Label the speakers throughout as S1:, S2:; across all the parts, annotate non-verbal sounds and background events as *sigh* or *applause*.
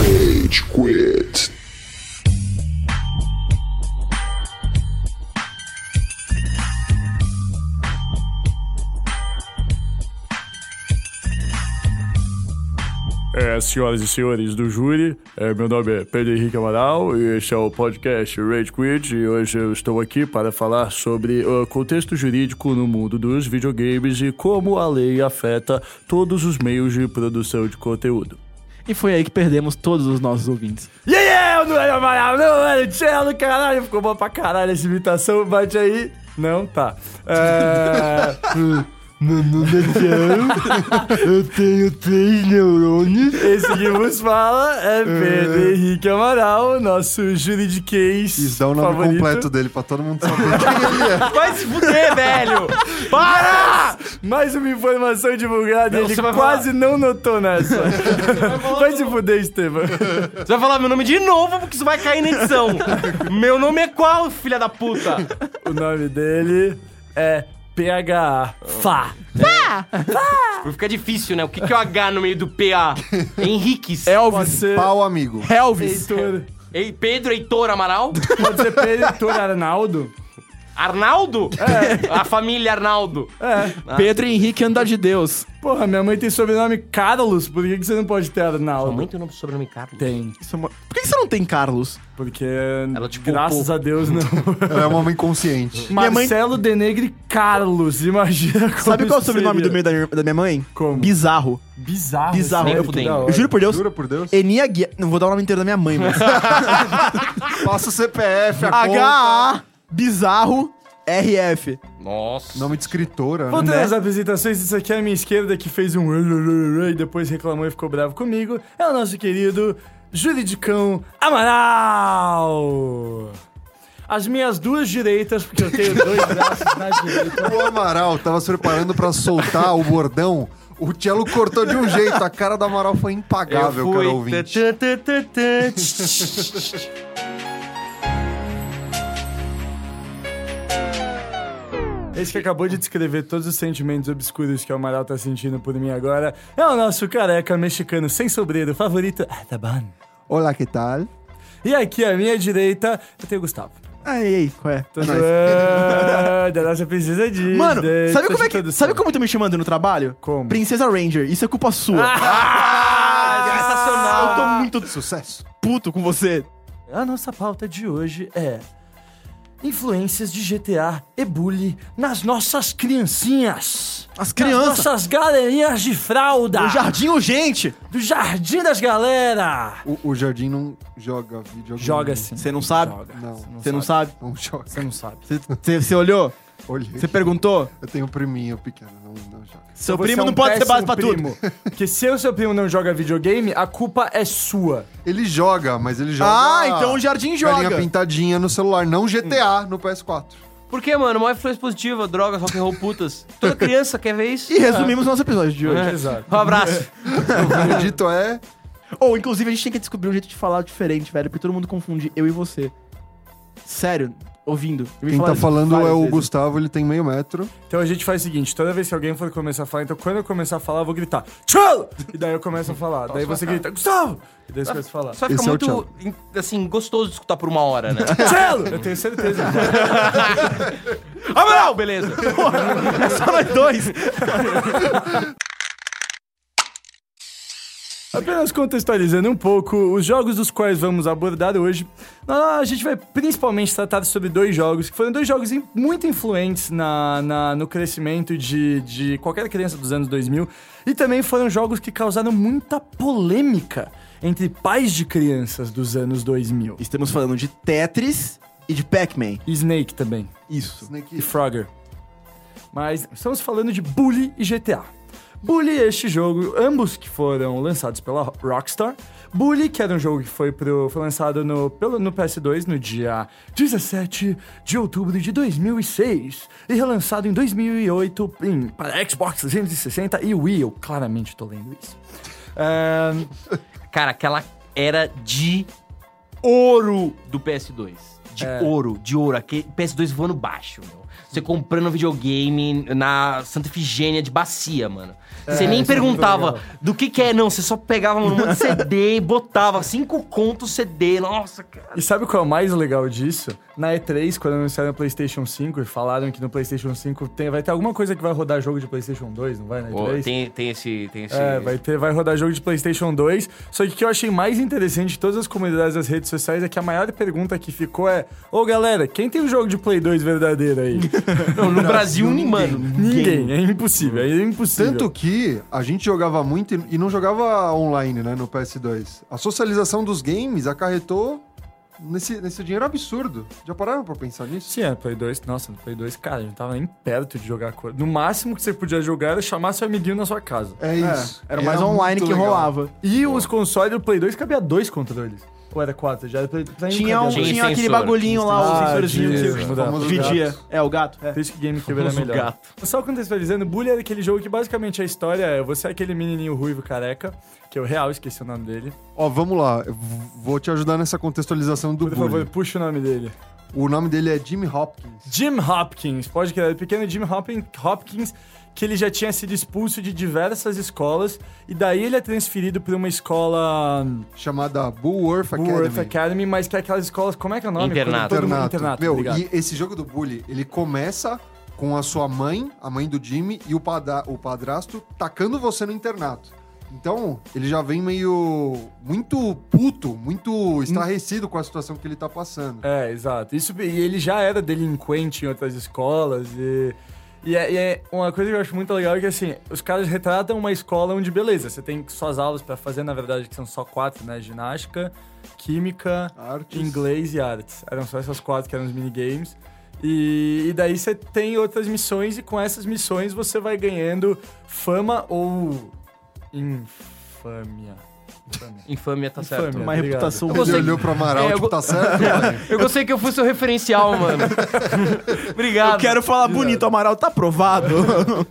S1: Rage Quit.
S2: É, senhoras e senhores do júri, é, meu nome é Pedro Henrique Amaral e este é o podcast Rage Quit e hoje eu estou aqui para falar sobre o contexto jurídico no mundo dos videogames e como a lei afeta todos os meios de produção de conteúdo.
S3: E foi aí que perdemos todos os nossos ouvintes.
S2: E aí, eu não era Amaral, não era Cello, caralho, ficou bom pra caralho essa imitação, bate aí. Não, tá. *laughs* É... hum.
S4: Meu nome é Thiago, *laughs* eu tenho três neurônios.
S2: Esse que vos fala é Pedro Henrique Amaral, nosso juridiquês.
S4: E dá o nome
S2: favorito.
S4: completo dele pra todo mundo *laughs* saber quem ele é.
S5: Vai se fuder, velho! Para!
S2: Mais uma informação divulgada,
S5: Não,
S2: ele
S5: você vai
S2: quase não notou nessa.
S5: *laughs* Tá
S2: Vai se fuder, Estevam.
S5: Você vai falar meu nome de novo porque isso vai cair na *laughs* edição. Meu nome é qual, filha da puta?
S2: O nome dele é PHA. Fá.
S5: Vai ficar difícil, né? O que que é o H no meio do PA? Henriques.
S2: Pode
S3: Elvis.
S2: ser
S4: Pau amigo.
S3: Elvis.
S2: Heitor.
S5: Ei, Pedro Heitor Amaral?
S2: Pode ser Pedro Heitor Arnaldo.
S5: Arnaldo? É. A família Arnaldo.
S2: É.
S3: Pedro Henrique Andar de Deus.
S2: Porra, minha mãe tem sobrenome Carlos. Por que, que você não pode ter
S5: Sua
S2: Arnaldo?
S5: mãe tem o nome e sobrenome Carlos?
S2: Tem.
S3: Isso é uma- Por que que você não tem Carlos?
S2: Porque.
S5: te
S2: graças
S5: poupou.
S2: a Deus não.
S4: Ela é um homem consciente.
S3: Minha mãe-
S2: Marcelo Denegre Carlos, imagina como
S3: Sabe qual é o
S2: isso
S3: sobrenome
S2: seria.
S3: do meio da minha, da minha mãe?
S2: Como?
S3: Bizarro.
S2: Bizarro.
S3: Bizarro.
S2: esse
S5: Nem
S2: nome,
S5: fudendo.
S2: da hora.
S3: Eu juro por Deus.
S4: Jura por Deus?
S3: Enia Guia. Não vou dar o nome inteiro da minha mãe, *laughs* mas.
S4: Passa o CPF, a conta.
S3: H-A Bizarro RF.
S5: Nossa.
S4: Nome de escritora, né?
S2: Voltando
S3: Né?
S2: às apresentações, isso aqui é a minha esquerda que fez um e depois reclamou e ficou bravo comigo. É o nosso querido Juridicão Amaral. As minhas duas direitas, porque eu tenho
S3: *laughs*
S2: dois braços na direita.
S4: O Amaral tava se preparando pra soltar o bordão. O Tchelo cortou de um jeito. A cara do Amaral foi
S5: Eu
S4: impagável,
S5: fui.
S4: cara ouvinte.
S5: Tã, tã, tã, tã, tã.
S2: Esse que acabou de descrever todos os sentimentos obscuros que o Amaral tá sentindo por mim agora é o nosso careca mexicano sem sobreiro favorito, Ataban.
S4: Olá, que tal?
S2: E aqui à minha direita, eu tenho o Gustavo.
S3: Ai, ei, qual é?
S2: Tô zoando, a nossa precisa disso.
S3: Mano, sabe como é que. Sabe como tu me chamando no trabalho?
S2: Como?
S3: Princesa Ranger, isso é culpa sua.
S5: Sensacional.
S3: Eu tô muito
S4: Sucesso.
S3: puto com você.
S2: A nossa pauta de hoje é... Influências de GTA e bully nas nossas criancinhas.
S3: As crianças.
S2: Nas nossas galerinhas de fralda.
S3: O Jardim Urgente.
S2: Do jardim das galera.
S4: O, o Jardim não joga videogame.
S2: Joga sim.
S3: Você não sabe?
S2: Joga.
S4: Não,
S3: Você não sabe?
S4: não joga.
S2: Você não sabe.
S3: Você- Você você olhou?
S4: Olhei.
S3: Você perguntou?
S4: Eu tenho um priminho pequeno, não, não joga.
S3: Seu
S2: Você
S3: primo
S2: é um
S3: não pode ser
S2: péssimo
S3: base pra tudo.
S2: primo. *laughs* Porque se o seu primo não joga videogame, a culpa é sua.
S4: Ele joga, mas ele joga...
S3: Ah, então o Jardim
S4: Galinha
S3: joga. Hum.
S4: pintadinha no celular, não GTA no PS4.
S5: Por que, mano? Maior influência positiva, drogas, rock and roll, putas. Toda criança quer ver isso.
S3: E resumimos nosso episódio de hoje.
S2: Exato.
S5: Um abraço.
S4: O dito é...
S3: Ou, inclusive, a gente tem que descobrir um jeito de falar diferente, velho, porque todo mundo confunde eu e você. Sério, ouvindo. Eu
S4: Quem tá falando é o
S3: Gustavo.
S4: Gustavo, ele tem meio metro.
S2: Então a gente faz o seguinte, toda vez que alguém for começar a falar, então quando eu começar a falar, eu vou gritar Tchau! E daí eu começo a falar. Daí você grita, Gustavo! E daí você começa a falar.
S3: *laughs*
S5: Só fica
S4: Esse é o
S5: muito,
S4: Tchelo.
S5: in- assim, gostoso de escutar por uma hora, né?
S2: Tchelo! Eu tenho certeza.
S5: *laughs* Amaral, beleza.
S3: Só nós Ah, dois.
S2: Apenas contextualizando um pouco os jogos dos quais vamos abordar hoje, ah, a gente vai principalmente tratar sobre dois jogos, que foram dois jogos in- muito influentes na, na- no crescimento de, de qualquer criança dos anos 2000, e também foram jogos que causaram muita polêmica entre pais de crianças dos anos 2000.
S3: Estamos falando de Tetris e de Pac-Man.
S2: E Snake também.
S3: Isso.
S2: e
S4: Snake.
S2: Frogger. Mas estamos falando de Bully e GTA. Bully é este jogo, ambos que foram lançados pela Rockstar. Bully, que era um jogo que foi, pro, foi lançado no, pelo, no PS2 no dia 17 de outubro de 2006 e relançado em 2008 em- para Xbox 360 e Wii. Eu claramente tô lendo isso. Ahn,
S5: Cara, aquela era de
S2: É.
S5: ouro do PS2. De ouro, de ouro. Aquele PS2 voando baixo, meu. Você comprando videogame na Santa Efigênia de bacia, mano.
S2: É,
S5: Você nem perguntava do que que é, não. Você só pegava mano, um monte
S2: *laughs*
S5: de CD, botava cinco contos CD. Nossa, cara.
S2: E sabe qual é o mais legal disso? Na E3, quando anunciaram o PlayStation 5 e falaram que no PlayStation 5 tem- vai ter alguma coisa que vai rodar jogo de PlayStation 2, não vai na
S5: Pô,
S2: E3?
S5: tem, tem esse... Tem esse
S2: É, vai, ter, vai rodar jogo de PlayStation 2. Só que o que eu achei mais interessante de todas as comunidades das redes sociais é que a maior pergunta que ficou é: Ô galera, quem tem o jogo de Play 2 verdadeiro aí?
S5: Não, no Brasil,
S2: *laughs*
S5: mano.
S2: Ninguém, é impossível, é impossível.
S4: Tanto que a gente jogava muito e e não jogava online, né, no PS2. A socialização dos games acarretou nesse, nesse dinheiro absurdo. Já pararam pra pensar nisso?
S2: Sim, é, Play 2. Nossa, no Play 2, cara, eu não tava nem perto de jogar coisa. No máximo que você podia jogar era chamar seu amiguinho na sua casa.
S4: É isso.
S3: Era mais online que
S4: muito legal.
S3: rolava.
S2: E os consoles do Play 2 cabia dois controles. Ou era quatro? Já era Play Play um
S3: Tinha, um,
S2: cabia dois.
S3: tinha aquele
S5: sensor.
S3: bagulhinho lá,
S2: Ah,
S3: o sensorzinho
S2: tinha,
S3: que
S2: tinha.
S4: O famoso
S3: dividia.
S4: gato.
S3: É, o gato. É.
S2: Por isso que GameCube era
S5: Famoso
S2: melhor.
S5: gato.
S2: Só contextualizando, Bully era aquele jogo que basicamente a história é você é aquele menininho ruivo careca, que eu real esqueci o nome dele.
S4: Ó, vamos lá. Eu v- Vou te ajudar nessa contextualização do
S2: Por favor,
S4: bullying.
S2: puxa o nome dele.
S4: O nome dele é Jimmy Hopkins.
S2: Jim Hopkins, pode crer, o pequeno Jim Hopin- Hopkins, que ele já tinha sido expulso de diversas escolas, e daí ele é transferido para uma escola hum,
S4: Chamada Bullworth Academy.
S2: Worth Academy, mas que é aquelas escolas, como é que é o nome?
S5: Internato.
S2: Quando todo mundo-
S4: Internato.
S2: internato tá
S4: Meu,
S2: obrigado.
S4: e esse jogo do bully, ele começa com a sua mãe, a mãe do Jimmy, e o, pada- o padrasto tacando você no internato. Então, ele já vem meio. muito puto, muito estarrecido com a situação que ele tá passando.
S2: É, exato. Isso, e ele já era delinquente em outras escolas e... E é, e é uma coisa que eu acho muito legal é que, assim, os caras retratam uma escola onde, beleza, você tem suas aulas pra fazer, na verdade, que são só quatro, né? Ginástica, Química,
S4: Artes.
S2: Inglês e Artes. Eram só essas quatro que eram os minigames. E, e daí você tem outras missões e com essas missões você vai ganhando fama ou infâmia. Infâmia.
S5: Infâmia tá
S2: Infâmia.
S5: certo.
S3: Uma
S2: Obrigado.
S3: reputação.
S5: Eu
S4: Ele
S5: gostei-
S4: olhou pro Amaral,
S5: É, eu
S4: tipo,
S5: go-
S4: tá certo? mãe?
S5: Eu gostei que eu fui seu referencial, mano.
S2: *laughs*
S5: Obrigado.
S3: Eu quero falar bonito, Amaral, tá aprovado.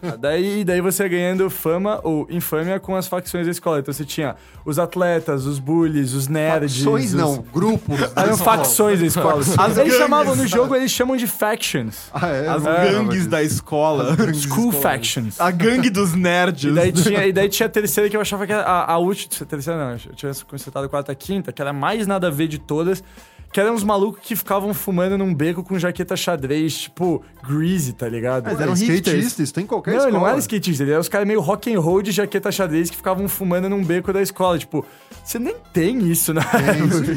S2: Ah, Daí, daí você ia ganhando fama ou infâmia com as facções da escola. Então você tinha os atletas, os bullies, os nerds.
S4: Facções
S2: os-
S4: não, grupos. da escola.
S2: Eram É, facções da escola.
S3: As
S2: eles
S3: gangues.
S2: chamavam no jogo, eles chamam de factions.
S4: Ah, é,
S3: As
S4: eu não lembrava
S3: gangues
S4: disso.
S3: da escola.
S2: School factions.
S3: A gangue dos
S2: E
S3: nerds.
S2: daí,
S3: *laughs*
S2: tinha, e daí tinha a terceira que eu achava que era a, a última. Terceira não, eu tinha consertado a quarta, a quinta, que era a mais nada a ver de todas. Que eram uns malucos que ficavam fumando num beco com jaqueta xadrez, tipo Greasy, tá ligado?
S3: Mas
S4: É,
S3: eram hipsters.
S4: skatista, isso tem em
S2: Não,
S4: qualquer
S2: ele
S4: escola.
S2: não era skatista, ele era os caras meio rock and roll de jaqueta xadrez que ficavam fumando num beco da escola. Tipo, você nem tem isso, né?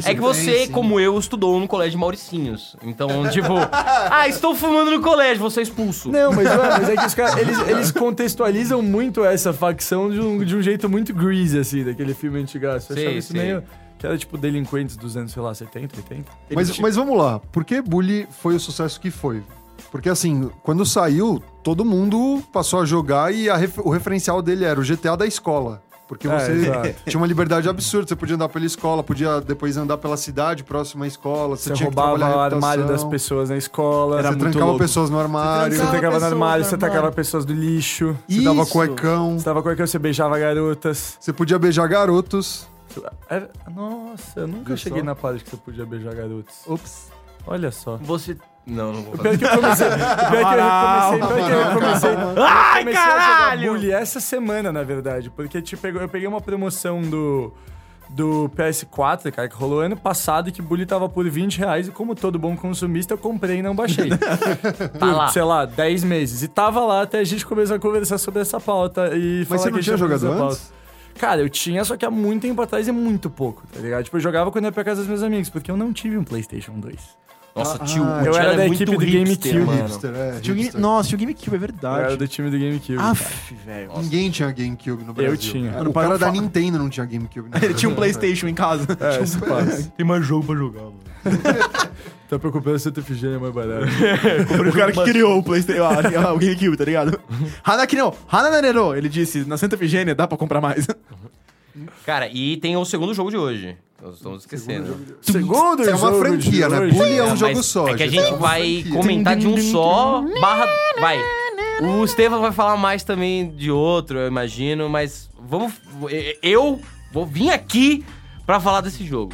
S5: É que você, como eu, estudou no colégio de Mauricinhos. Então, tipo, *laughs* ah, estou fumando no colégio, vou ser expulso.
S2: *laughs* Não, mas, ué, mas é que os caras, eles, eles contextualizam muito essa facção de um, de um jeito muito greasy, assim, daquele filme antigaço. Eu
S5: Sei,
S2: achava isso
S5: sei.
S2: meio... Que era, tipo, delinquentes dos anos, sei lá, 70, 80.
S4: Mas, mas vamos lá, por que Bully foi o sucesso que foi? Porque assim, quando saiu, todo mundo passou a jogar e a ref- o referencial dele era o GTA da escola. Porque
S2: É,
S4: você
S2: exato.
S4: tinha uma liberdade absurda, você podia andar pela escola, podia depois andar pela cidade próxima à escola, você,
S2: Você
S4: tinha que
S2: roubava
S4: trabalhar
S2: o
S4: a
S2: armário das
S4: reputação,
S2: pessoas na escola.
S4: Você
S3: Era
S2: você
S3: muito
S4: trancava
S3: louco.
S4: pessoas no armário,
S2: você
S4: você,
S2: trancava no
S3: pessoas no
S2: armário, você
S3: armário.
S2: atacava pessoas do lixo.
S3: Isso.
S4: dava cuecão,
S2: Você tava com a que você beijava garotas.
S4: você podia beijar garotos.
S2: Era- É, Nossa, eu nunca
S4: Viu
S2: cheguei
S4: só?
S2: na parte que você podia beijar garotas.
S4: Ops.
S2: Olha só.
S5: Você. Não, não vou
S2: Pior
S5: fazer.
S2: que
S4: *laughs*
S2: eu comecei. Pior que eu comecei. Pior que eu comecei.
S5: Ai,
S2: comecei a jogar
S5: caralho!
S2: Bully essa semana, na verdade. Porque tipo, eu- eu peguei uma promoção do. Do PS4, cara, que rolou ano passado que Bully tava por 20 reais e como todo bom consumista, eu comprei e não baixei.
S5: *laughs* Tá lá.
S2: Por, sei lá, 10 meses. E tava lá até a gente começar a conversar sobre essa pauta e
S4: Mas
S2: falar
S4: você não
S2: que a gente
S4: tinha
S2: ia fazer
S4: jogado
S2: essa pauta.
S4: antes?
S2: Cara, eu tinha, só que há muito tempo atrás e muito pouco, tá ligado? Tipo, eu jogava quando eu ia pra casa dos meus amigos, porque eu não tive um Playstation 2.
S5: Nossa, tio, o
S4: eu
S5: tio
S2: era da
S5: muito
S2: equipe do
S5: hipster,
S2: GameCube.
S5: mano.
S4: Hipster, é,
S3: Tinha um o Game-
S4: hipster.
S3: Nossa, tinha o GameCube, é
S4: Ah,
S2: Eu era
S3: verdade.
S2: do time do GameCube.
S3: Aff, velho.
S4: Ninguém tinha GameCube no Brasil.
S2: tinha.
S4: É,
S2: Era
S4: O
S3: pra
S4: cara
S3: não
S4: da
S3: falar.
S4: Nintendo não tinha GameCube. né?
S3: Ele tinha um Playstation em casa. um
S2: É, isso passa.
S3: Tem mais jogo pra jogar, mano.
S2: Tô Tá preocupado se o TFG é mais barato.
S3: O cara que criou o Playstation, ah, *laughs* o GameCube, tá ligado? Hanakino, Hananero, ele disse, na Santa Efigênia dá pra comprar mais. *laughs*
S5: Cara, e tem o segundo jogo de hoje. Nós estamos esquecendo.
S2: *laughs* Segundo
S4: É uma
S2: jogo de
S4: franquia, né?
S2: hoje.
S4: Bully é
S5: Ah,
S4: um
S5: mas
S4: jogo só.
S5: É que a
S4: gente.
S5: gente vai comentar de um só barra. Vai. O Estevam vai falar mais também de outro, eu imagino, mas vamos. Eu vou vir aqui pra falar desse jogo.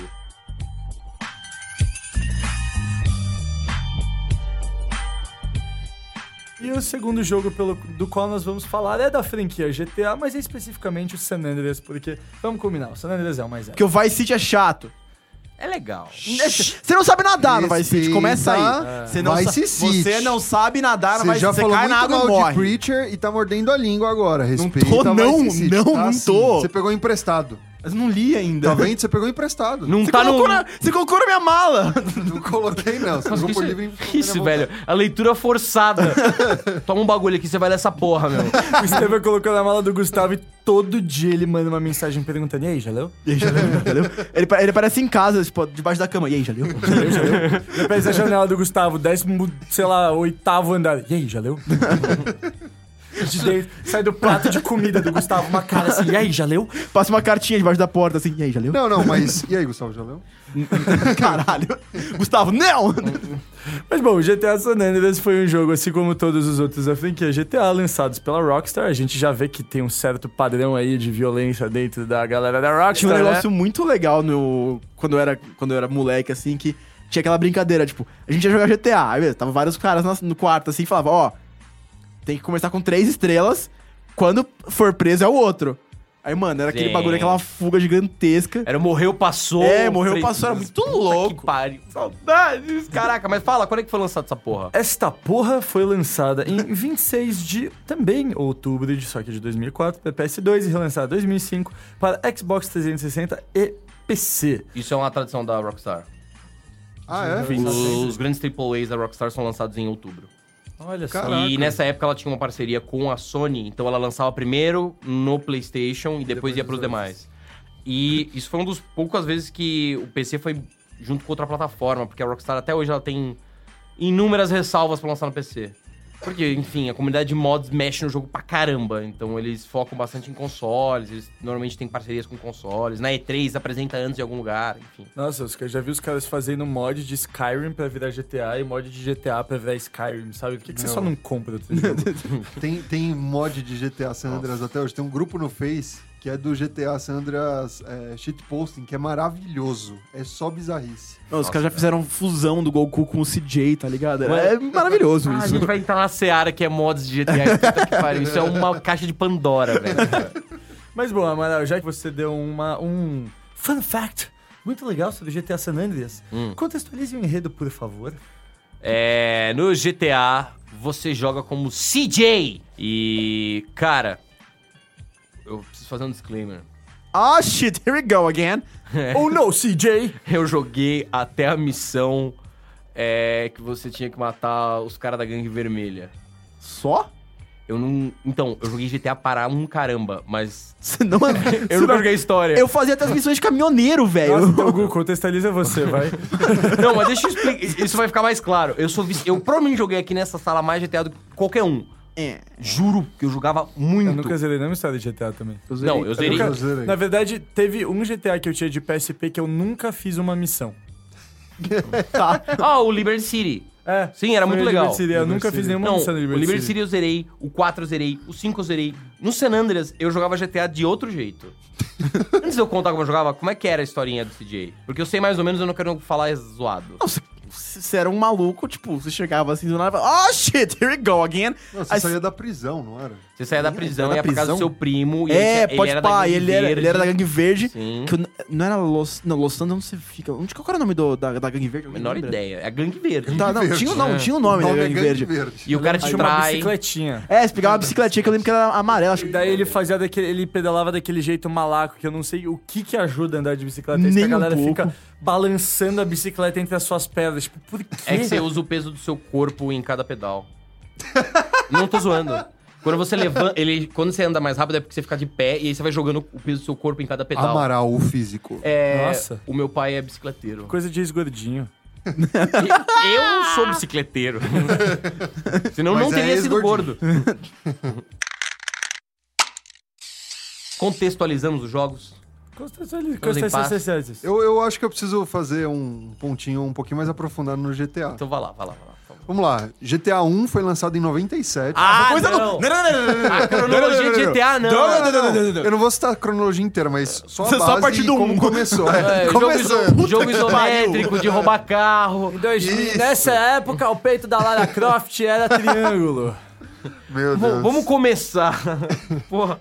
S2: E o segundo jogo pelo, do qual nós vamos falar é da franquia GTA, mas é especificamente o San Andreas, porque vamos combinar, o San Andreas é
S4: *laughs*
S2: o mais é.
S3: Porque o Vice City é chato.
S5: É legal.
S3: Você não sabe nadar no Vice City, começa
S4: Respeita
S3: aí. Você não,
S4: Vice
S3: sa- você
S4: City.
S3: não sabe nadar no Vice
S4: Você já
S3: City, você
S4: falou
S3: cai
S4: muito
S3: na água e
S4: mal de
S3: morre.
S4: Preacher e tá mordendo a língua agora. Respeita
S3: tô,
S4: o
S3: não,
S4: Vice City,
S3: não, não
S4: Tá sim.
S3: tô.
S4: Você pegou emprestado.
S3: Mas não li ainda.
S4: Tá vendo? Você pegou emprestado.
S5: Não
S3: Você,
S5: tá
S3: colocou
S5: no.
S3: na, você colocou na minha mala.
S4: Não coloquei, não. Você
S5: Nossa,
S4: jogou
S5: que
S4: por
S5: isso,
S4: livre
S5: que isso, velho? A
S3: *laughs*
S5: leitura forçada. Toma um bagulho aqui, você vai ler essa porra, meu.
S2: O Estevam colocou na mala do Gustavo e todo dia ele manda uma mensagem perguntando: E aí, já leu?
S3: E aí, já leu, já leu? Ele, pa- ele parece em casa, tipo, debaixo da cama. E aí, já leu?
S2: Já leu, já leu? Depois da janela do Gustavo, décimo, sei lá, oitavo andar. E aí,
S4: *laughs*
S2: já leu? De dentro, sai do prato de comida do Gustavo, uma cara assim, e aí, já leu?
S3: Passa uma cartinha debaixo da porta, assim. E aí,
S4: *laughs*
S3: já leu?
S4: Não, não, mas. E aí, Gustavo, já leu?
S3: Caralho. Gustavo, não! um
S2: Mas bom, GTA San Andreas foi um jogo, assim como todos os outros é da franquia GTA, lançados pela Rockstar. A gente já vê que tem um certo padrão aí de violência dentro da galera da
S3: Tinha
S2: Rockstar,
S3: um
S2: né?
S3: negócio muito legal no. Quando eu era, quando eu era moleque, assim, que tinha aquela brincadeira, tipo, a gente ia jogar GTA, aí beleza, tava vários caras na- no quarto, assim, e falava, ó, tem que começar com três estrelas, quando for preso é o outro. Aí, mano, era aquele
S5: Sim.
S3: bagulho, aquela fuga gigantesca.
S5: Era morreu, passou.
S3: É, morreu,
S5: Pre-
S3: passou, era muito
S5: Puta
S3: louco.
S5: Que pariu. Saudades. Caraca, mas fala, quando é que foi lançado essa porra?
S2: Esta porra foi lançada em 26 de também outubro de só que de 2004 para PS2 e relançada em 2005 para Xbox 360 e PC.
S5: Isso é uma tradição da Rockstar.
S4: Ah, é?
S2: Enfim.
S5: Os grandes AAAs da Rockstar são lançados em outubro.
S2: Olha só.
S4: Caraca.
S5: E nessa época ela tinha uma parceria com a Sony, então ela lançava primeiro no PlayStation e depois, ia pros demais. E isso foi um dos poucas vezes que o PC foi junto com outra plataforma, porque a Rockstar até hoje ela tem inúmeras ressalvas pra lançar no PC. Porque, enfim, a comunidade de mods mexe no jogo pra caramba, então eles focam bastante em consoles, eles normalmente têm parcerias com consoles, na E3 apresenta antes em algum lugar, enfim.
S2: Nossa, eu já vi os caras fazendo mod de Skyrim pra virar GTA e mod de GTA pra virar Skyrim, sabe? Por que, que você
S4: Não.
S2: só não compra outro jogo?
S4: Tem, tem mod de GTA San Andreas até hoje. Tem um grupo no Face que é do GTA San Andreas é, shitposting, que é maravilhoso. É só bizarrice.
S5: É,
S3: Não, os caras já fizeram fusão do Goku com o CJ, tá ligado? Era- É maravilhoso
S5: Ah, a
S3: isso.
S5: gente vai entrar na seara que é mods de GTA. Puta que pariu. Isso é uma caixa de Pandora, velho.
S2: Mas bom, Amaral, já que você deu uma, um fun fact muito legal sobre GTA San Andreas,
S5: Hum.
S2: contextualize o enredo, por favor.
S5: É, no GTA, você joga como CJ. E, cara, eu preciso fazer um disclaimer. *laughs*
S3: Ah, shit, here we go again.
S5: É.
S2: Oh no, CJ!
S5: Eu joguei até a missão é, que você tinha que matar os caras da gangue vermelha.
S3: Só?
S5: Eu não. Então, eu joguei GTA para um caramba,
S3: *laughs*
S5: mas.
S3: Você não...
S5: *laughs* Eu nunca joguei história.
S3: Eu fazia até as missões de caminhoneiro,
S2: Nossa,
S3: velho.
S2: então, Gu, contextualiza você, *laughs* vai.
S5: *laughs* Não, mas deixa eu explicar. Isso vai ficar mais claro. Eu sou vici- Eu provavelmente joguei aqui nessa sala mais GTA do que qualquer um.
S3: É.
S5: Juro que eu jogava muito.
S2: Eu nunca zerei nenhuma história de GTA também.
S5: Não, eu zerei.
S4: nunca- Eu zerei.
S2: Na verdade, teve um GTA que eu tinha de PSP que eu nunca fiz uma missão.
S5: Ah, o Liberty City.
S2: É.
S5: Sim, era
S2: foi
S5: muito
S2: o
S5: legal.
S2: Liberty City, Eu
S4: Liberty
S2: nunca fiz
S4: City.
S2: nenhuma
S5: Não,
S2: missão no
S5: o
S2: Liberty,
S5: Liberty City eu zerei, o 4 eu zerei, o 5 eu zerei. No San Andreas, eu jogava GTA de
S3: *laughs*
S5: outro jeito. Antes de eu contar como eu jogava, como é que era a historinha do CJ? Porque eu sei mais ou menos, eu não quero falar zoado.
S3: Não, você- Você era um maluco, tipo, você chegava assim do nada e falava, oh shit, here we go again.
S4: Não, você
S3: Aí,
S4: saía da prisão, não era?
S5: Você saía da prisão
S3: era
S5: e ia
S3: da
S5: pra casa
S3: prisão?
S5: do seu primo. E
S3: É,
S5: ele, tinha-
S3: pode
S5: ele era da
S3: pá,
S5: Gangue
S3: ele era,
S5: Verde.
S3: ele era da Gangue Verde.
S5: Sim.
S3: Que eu n- não era Los. Não, Los Santos, eu não sei fica. Onde qual era o nome do- da, da Gangue Verde? Alguém
S5: Menor
S3: lembra?
S5: ideia, é a Gangue Verde.
S3: Tá, não,
S4: Verde,
S3: tinha, não,
S5: né?
S3: tinha o
S4: É.
S3: nome, da Gangue Verde.
S5: E o cara te
S2: Tinha uma
S5: trai.
S2: bicicletinha.
S3: É, se pegava uma bicicletinha que eu lembro que era amarela. Acho que
S2: Daí ele fazia daquele. Ele pedalava daquele jeito malaco, que eu não sei o que que ajuda a andar de bicicleta. é Isso
S3: Nem
S2: que a
S3: um
S2: galera
S3: pouco.
S2: fica balançando a bicicleta entre as suas pernas. Tipo, por quê?
S5: É que você usa o peso do seu corpo em cada
S3: *laughs*
S5: pedal. Não tô zoando. Quando você levanta, ele, quando você anda mais rápido é porque você fica de pé e aí você vai jogando o peso do seu corpo em
S3: Ah,
S5: cada pedal.
S4: Amaral, o físico.
S5: É,
S2: Nossa.
S5: O meu pai é bicicleteiro.
S2: Coisa de ex-gordinho.
S5: Eu sou bicicleteiro. Senão
S4: Mas
S5: não
S4: é
S5: teria sido
S4: ex-gordinho.
S5: gordo. Contextualizamos os jogos.
S2: Contextualiza.
S5: Vamos em paz.
S2: contextualiza.
S4: Eu, eu acho que eu preciso fazer um pontinho um pouquinho mais aprofundado no GTA.
S5: Então vai lá, vai lá, vai lá. por favor.
S4: Vamos lá, GTA 1 foi lançado em 97.
S5: Ah,
S3: coisa não.
S5: não.
S3: Não, não, não, não, não, não.
S5: A cronologia de GTA não.
S4: Não, não, não, não, não. Eu não vou citar a cronologia inteira, mas só a
S3: Só
S4: base
S3: a partir
S4: e
S3: do
S4: como
S3: um.
S4: começou.
S5: É, jogo,
S4: começou.
S5: iso- jogo isométrico, de roubar carro.
S2: Dois-
S4: Isso.
S2: *laughs* Nessa época, o peito da Lara Croft era triângulo.
S4: Meu
S5: Bom,
S4: Deus.
S2: *laughs*
S5: vamos começar. Porra.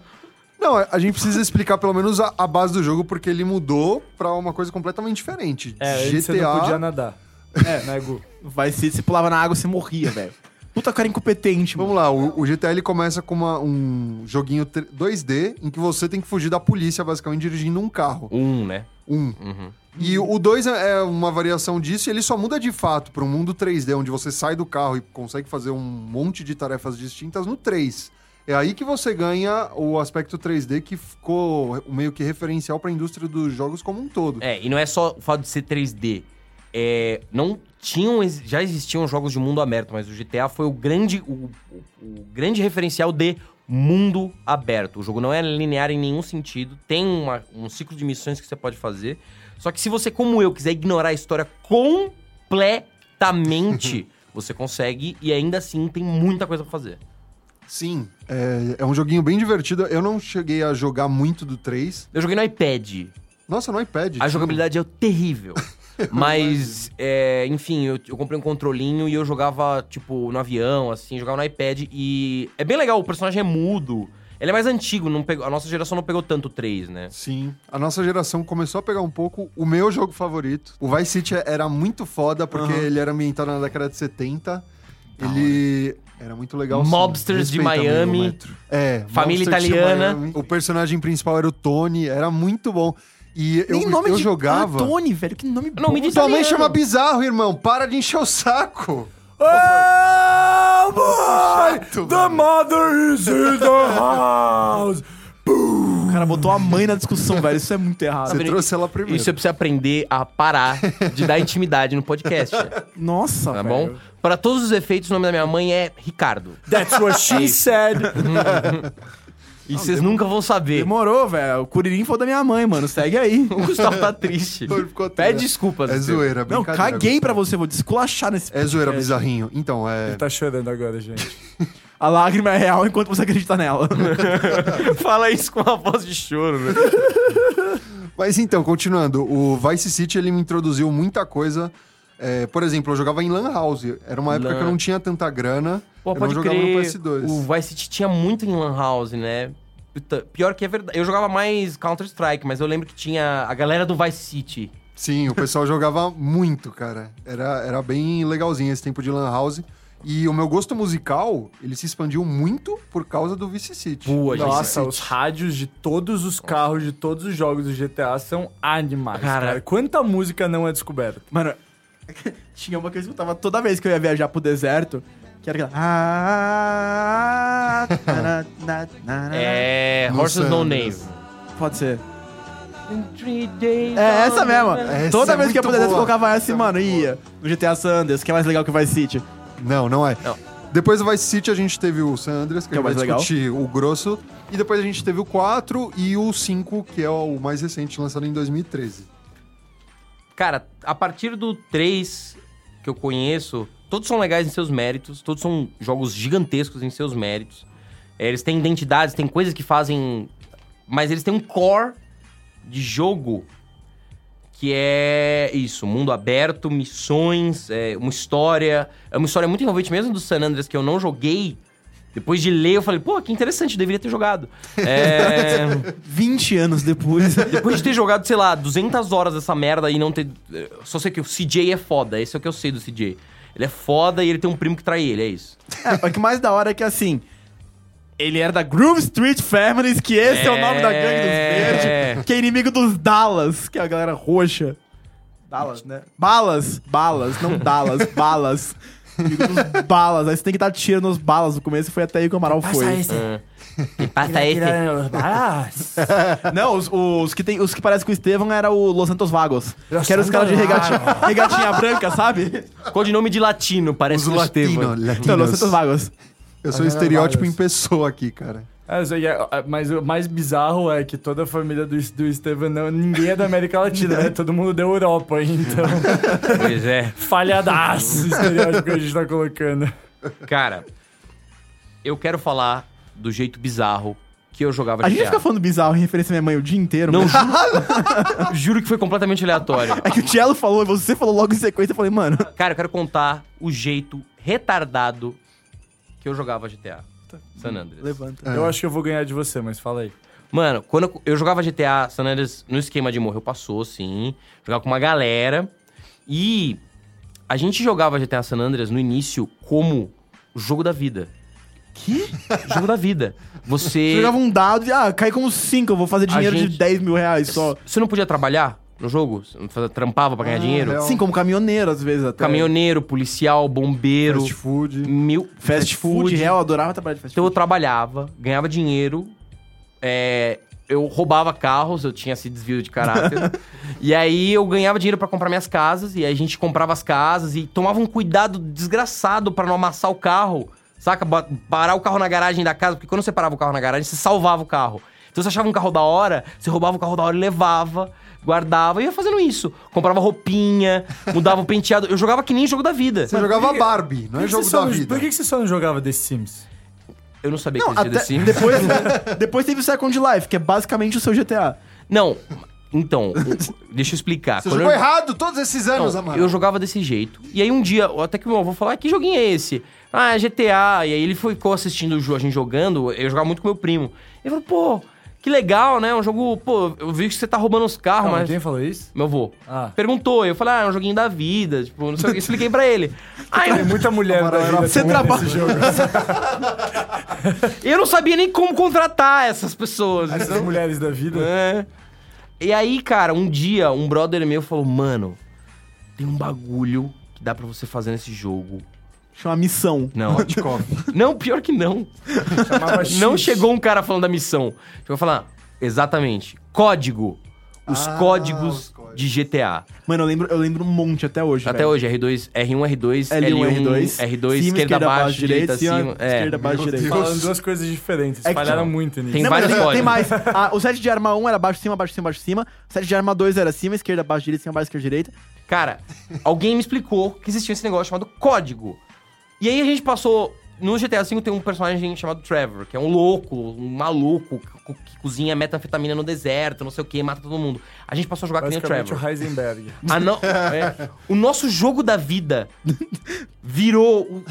S4: Não, a gente precisa explicar pelo menos a, a base do jogo, porque ele mudou pra uma coisa completamente diferente.
S2: É,
S4: GTA.
S2: você não podia nadar. É, né, *laughs* Gu?
S3: Vai se você pulava na água, você morria, velho. Puta cara incompetente, mano.
S4: Vamos lá, o, o GTA ele começa com uma- um joguinho tre- 2D em que você tem que fugir da polícia, basicamente, dirigindo um carro.
S5: Um, né?
S4: Um.
S5: Uhum.
S4: E o 2 é é uma variação disso e ele só muda de fato para um mundo 3D, onde você sai do carro e consegue fazer um monte de tarefas distintas no 3. É aí que você ganha o aspecto 3D que ficou meio que referencial para a indústria dos jogos como um todo.
S5: É, e não é só o fato de ser 3D. É, não tinham, ex- já existiam jogos de mundo aberto, mas o GTA foi o grande, o, o- o grande referencial de mundo aberto. O jogo não é linear em nenhum sentido, tem uma- um ciclo de missões que você pode fazer. Só que se você, como eu, quiser ignorar a história completamente, você consegue e ainda assim tem muita coisa pra fazer.
S4: Sim, é, é um joguinho bem divertido. Eu não cheguei a jogar muito do 3.
S5: Eu joguei no iPad.
S4: Nossa, no iPad.
S5: A jogabilidade é
S4: *laughs*
S5: terrível. Mas, é, enfim, eu, eu comprei um controlinho e eu jogava, tipo, no avião, assim, jogava no iPad. E é bem legal, o personagem é mudo. Ele é mais antigo, não pegou, a nossa geração não pegou tanto o 3, né?
S4: Sim, a nossa geração começou a pegar um pouco o meu jogo favorito. O Vice City era muito foda porque ele era ambientado na década de 70. ele era muito legal. sim.
S5: Mobsters de
S4: Respeita meu
S5: Miami.
S4: metro. É,
S5: Família
S4: Mobsters de
S5: italiana.
S4: Miami. O personagem principal era o Tony, era muito bom. E eu,
S3: Nem nome
S4: eu
S3: de
S4: jogava.
S3: Ah, Tony, velho, que nome
S5: Nome de
S4: Tua mãe
S5: italiano.
S4: chama bizarro, irmão. Para de encher o saco.
S2: Oh boy!
S4: Chato,
S2: the
S4: mano.
S2: mother is in the *laughs* house!
S3: O cara botou a mãe na discussão, velho. Isso é muito errado.
S4: Você
S5: vendo?
S4: trouxe ela primeiro.
S5: Tá Isso é eu preciso aprender a parar de dar intimidade no
S4: *laughs*
S5: podcast,
S3: Nossa,
S5: tá
S3: velho.
S5: bom? Para todos os efeitos, o nome da minha mãe é Ricardo.
S2: That's what she said!
S5: E vocês nunca vão saber.
S3: Demorou, velho. O Curirim foi da minha mãe, mano.
S4: *laughs*
S3: Segue aí.
S5: *laughs* O Gustavo tá triste.
S4: Ele ficou
S5: Pede
S4: triste.
S5: desculpas.
S4: É
S5: Estevam.
S4: zoeira,
S3: Não,
S4: brincadeira.
S3: caguei pra você. Vou desculachar nesse...
S4: É zoeira, bizarrinho. Então, é.
S2: tá chorando agora, gente.
S3: A lágrima é real enquanto você
S4: *laughs*
S3: acredita nela.
S5: *laughs* Fala isso com uma voz de choro, né?
S4: Mas então, continuando, o Vice City ele me introduziu muita coisa. É, por exemplo, eu jogava em Lan House. Era uma época
S5: Lan.
S4: que eu não tinha tanta grana.
S5: Pô,
S4: eu
S5: pode
S4: não jogava
S5: crer.
S4: no PS2.
S5: O Vice City tinha muito em Lan House, né? Puta, pior que é verdade. Eu jogava mais Counter-Strike, mas eu lembro que tinha a galera do Vice City.
S4: Sim, o pessoal jogava muito, cara. Era, era bem legalzinho esse tempo de Lan House. E o meu gosto musical, ele se expandiu muito por causa do Vice City.
S5: Boa, gente.
S2: Nossa, os rádios de todos os carros, de todos os jogos do GTA são animais,
S5: Cara.
S2: cara. Quanta música não é descoberta.
S3: Mano, *laughs* tinha uma que eu escutava toda vez que eu ia viajar pro deserto, que era aquela. Ah, na, na, na, na.
S5: É.
S4: No
S5: Horses No Name.
S4: Sanders.
S3: Pode ser.
S5: É,
S3: É essa mesma.
S4: Essa
S3: toda
S4: é
S3: vez que ia
S4: muito
S3: pro deserto, eu
S4: boa.
S3: colocava essa e,
S4: Essa é
S3: mano,
S4: muito
S3: ia. No GTA Sanders, que é mais legal que o Vice City.
S4: Não, não é.
S5: Não.
S4: Depois do Vice City a gente teve o San Andreas, que,
S3: Que é
S4: a
S3: o
S4: gente vai
S3: mais legal.
S4: discutir o grosso. E depois a gente teve o 4 e o 5, que é o mais recente, lançado em 2013.
S5: Cara, a partir do 3 que eu conheço, todos são legais em seus méritos, todos são jogos gigantescos em seus méritos. É, Eles têm identidades, têm coisas que fazem. Mas eles têm um core de jogo que é isso: mundo aberto, missões, é, uma história. É uma história muito envolvente, mesmo do San Andreas que eu não joguei. Depois de ler, eu falei, pô, que interessante, eu deveria ter jogado. É.
S3: 20 anos depois.
S5: Depois de ter jogado, sei lá, 200 horas dessa merda e não ter. eh, Só sei que o CJ é foda, esse é o que eu sei do CJ. Ele é foda e ele tem um primo que trai ele, é isso.
S3: é, *laughs* o que mais da hora é que assim. Ele era da Groove Street Families, que esse é, o nome da gangue dos
S5: É.
S3: verdes, que é inimigo dos Dallas, que é a galera roxa. Dallas, né? Balas, balas, não *laughs* Dallas, balas. Inimigo dos balas. Aí você tem que dar tiro nos balas no começo, foi até aí que o Amaral foi.
S2: É.
S5: E passa esse.
S2: Ah,
S3: Não, os, os que tem, os que parecem com o Estevam era o Los Santos Vagos.
S2: Los
S3: que eram os caras de
S2: Santos
S3: regatinha, regatinha branca, sabe?
S5: Codinome de latino, parece um
S4: Os
S5: o
S4: latino,
S5: Estevam.
S3: Não, Los
S4: latinos.
S3: Santos Vagos.
S4: Eu sou estereótipo em pessoa aqui, cara.
S2: *laughs* É, só que é- é, mas o mais bizarro é que toda a família do, do Estevam, não, ninguém é da América Latina, né? Todo mundo da Europa, então.
S5: Pois é.
S2: Falhadaço esse estereótipo que a gente tá colocando.
S5: Cara, eu quero falar do jeito bizarro que eu jogava
S3: A gente
S5: GTA.
S3: vai ficar falando bizarro em referência à minha mãe o dia inteiro.
S5: Não,
S3: mas-
S5: juro, juro que foi completamente aleatório.
S3: É que o Cello falou, você falou logo em sequência, eu falei, mano.
S5: Cara, eu quero contar o jeito retardado que eu jogava GTA.
S2: Levanta.
S5: San Andreas.
S3: Levanta.
S2: Eu acho que eu vou ganhar de você, mas fala aí.
S5: Mano, quando eu, eu jogava GTA San Andreas no esquema de morreu, passou, sim. Jogava com uma galera. E a gente jogava GTA San Andreas no início como jogo da vida. Que? jogo da vida. Você.
S3: Jogava um dado e, ah, cai como 5, eu vou fazer
S5: A
S3: dinheiro
S5: gente-
S3: de 10 mil reais só.
S5: Você não podia trabalhar no jogo? Você não fazia- trampava pra ganhar dinheiro?
S4: real.
S3: Sim, como caminhoneiro, às vezes até.
S5: Caminhoneiro, policial, bombeiro.
S4: Fast food.
S5: Mil.
S3: Fast food, real, eu adorava trabalhar de fast
S5: Então eu
S3: food.
S5: trabalhava, ganhava dinheiro, é, eu roubava carros, eu tinha esse desvio de caráter.
S3: *laughs*
S5: e aí eu ganhava dinheiro pra comprar minhas casas, e aí a gente comprava as casas e tomava um cuidado desgraçado pra não amassar o carro, saca? Ba- Parar o carro na garagem da casa, porque quando você parava o carro na garagem, você salvava o carro. Então você achava um carro da hora, você roubava o carro da hora e levava, guardava, e ia fazendo isso. Comprava roupinha, mudava o penteado. Eu jogava que nem jogo da vida.
S4: Você jogava
S2: por que-
S4: Barbie, não
S2: Por
S4: é
S2: que
S4: jogo
S2: você só
S4: da
S2: não-
S4: vida.
S2: Por que que você só não jogava The Sims?
S5: Eu não sabia
S3: Não,
S5: que existia
S3: até
S5: The Sims.
S3: depois, depois *laughs* teve o Second Life, que é basicamente o seu GTA.
S5: Não, então, o- deixa eu explicar.
S4: Você
S5: Quando
S4: jogou
S5: eu-
S4: errado todos esses
S5: Não,
S4: anos, Amaro.
S5: eu jogava desse jeito. E aí um dia, até que meu avô falou, ah, que joguinho é esse? Ah, é GTA. E aí ele ficou assistindo o jo- a gente jogando, eu jogava muito com meu primo. Ele falou, pô, que legal, né? Um jogo, pô, eu vi que você tá roubando os carros,
S2: Calma,
S5: mas...
S2: quem falou isso?
S5: Meu avô.
S2: Ah.
S5: Perguntou, eu falei, ah, é um joguinho da vida, tipo, não sei o que. Expliquei pra ele.
S2: *laughs*
S5: Aí
S2: Tem muita mulher
S4: Agora
S2: da
S4: era
S2: vida
S4: você
S2: comum
S3: trabalha-
S2: nesse jogo.
S5: eu não sabia nem como contratar essas pessoas.
S2: Essas mulheres da vida.
S5: É. E aí, cara, um dia, um brother meu falou, mano, tem um bagulho que dá pra você fazer nesse jogo.
S3: Chama Missão.
S5: Não, *laughs* não, pior que não.
S2: Chamava X.
S5: Não chegou um cara falando da missão. Chegou falando, exatamente, código. Os
S4: Ah,
S5: códigos
S4: os códigos.
S5: de GTA.
S3: Mano, eu lembro, eu lembro um monte até hoje.
S5: Até
S3: velho.
S5: hoje, R2, R1, R2, L1, R2,
S3: um, cima,
S5: um, esquerda, abaixo, direita,
S3: cima,
S5: acima. É.
S3: Esquerda, abaixo,
S4: Meu
S3: direita.
S4: Deus.
S2: Falando Tipo, duas coisas diferentes.
S3: É que-
S2: Falharam muito nisso.
S5: Tem
S3: Não,
S5: vários
S3: mas tem, tem
S5: códigos.
S3: mais. Ah, o set de arma 1 era baixo, cima, baixo, cima, baixo, cima. O set de arma 2 era cima, esquerda, abaixo, direita, cima, baixo, esquerda, direita.
S5: Cara, alguém me explicou que existia esse negócio chamado código. E aí a gente passou. No GTA V tem um personagem chamado Trevor, que é um louco, um maluco, que co- que cozinha metanfetamina no deserto, não sei o que, mata todo mundo. A gente passou a jogar que nem o
S2: Basicamente
S5: Trevor.
S2: o Heisenberg.
S3: *laughs*
S5: Ah, não, é. O nosso jogo da vida virou um-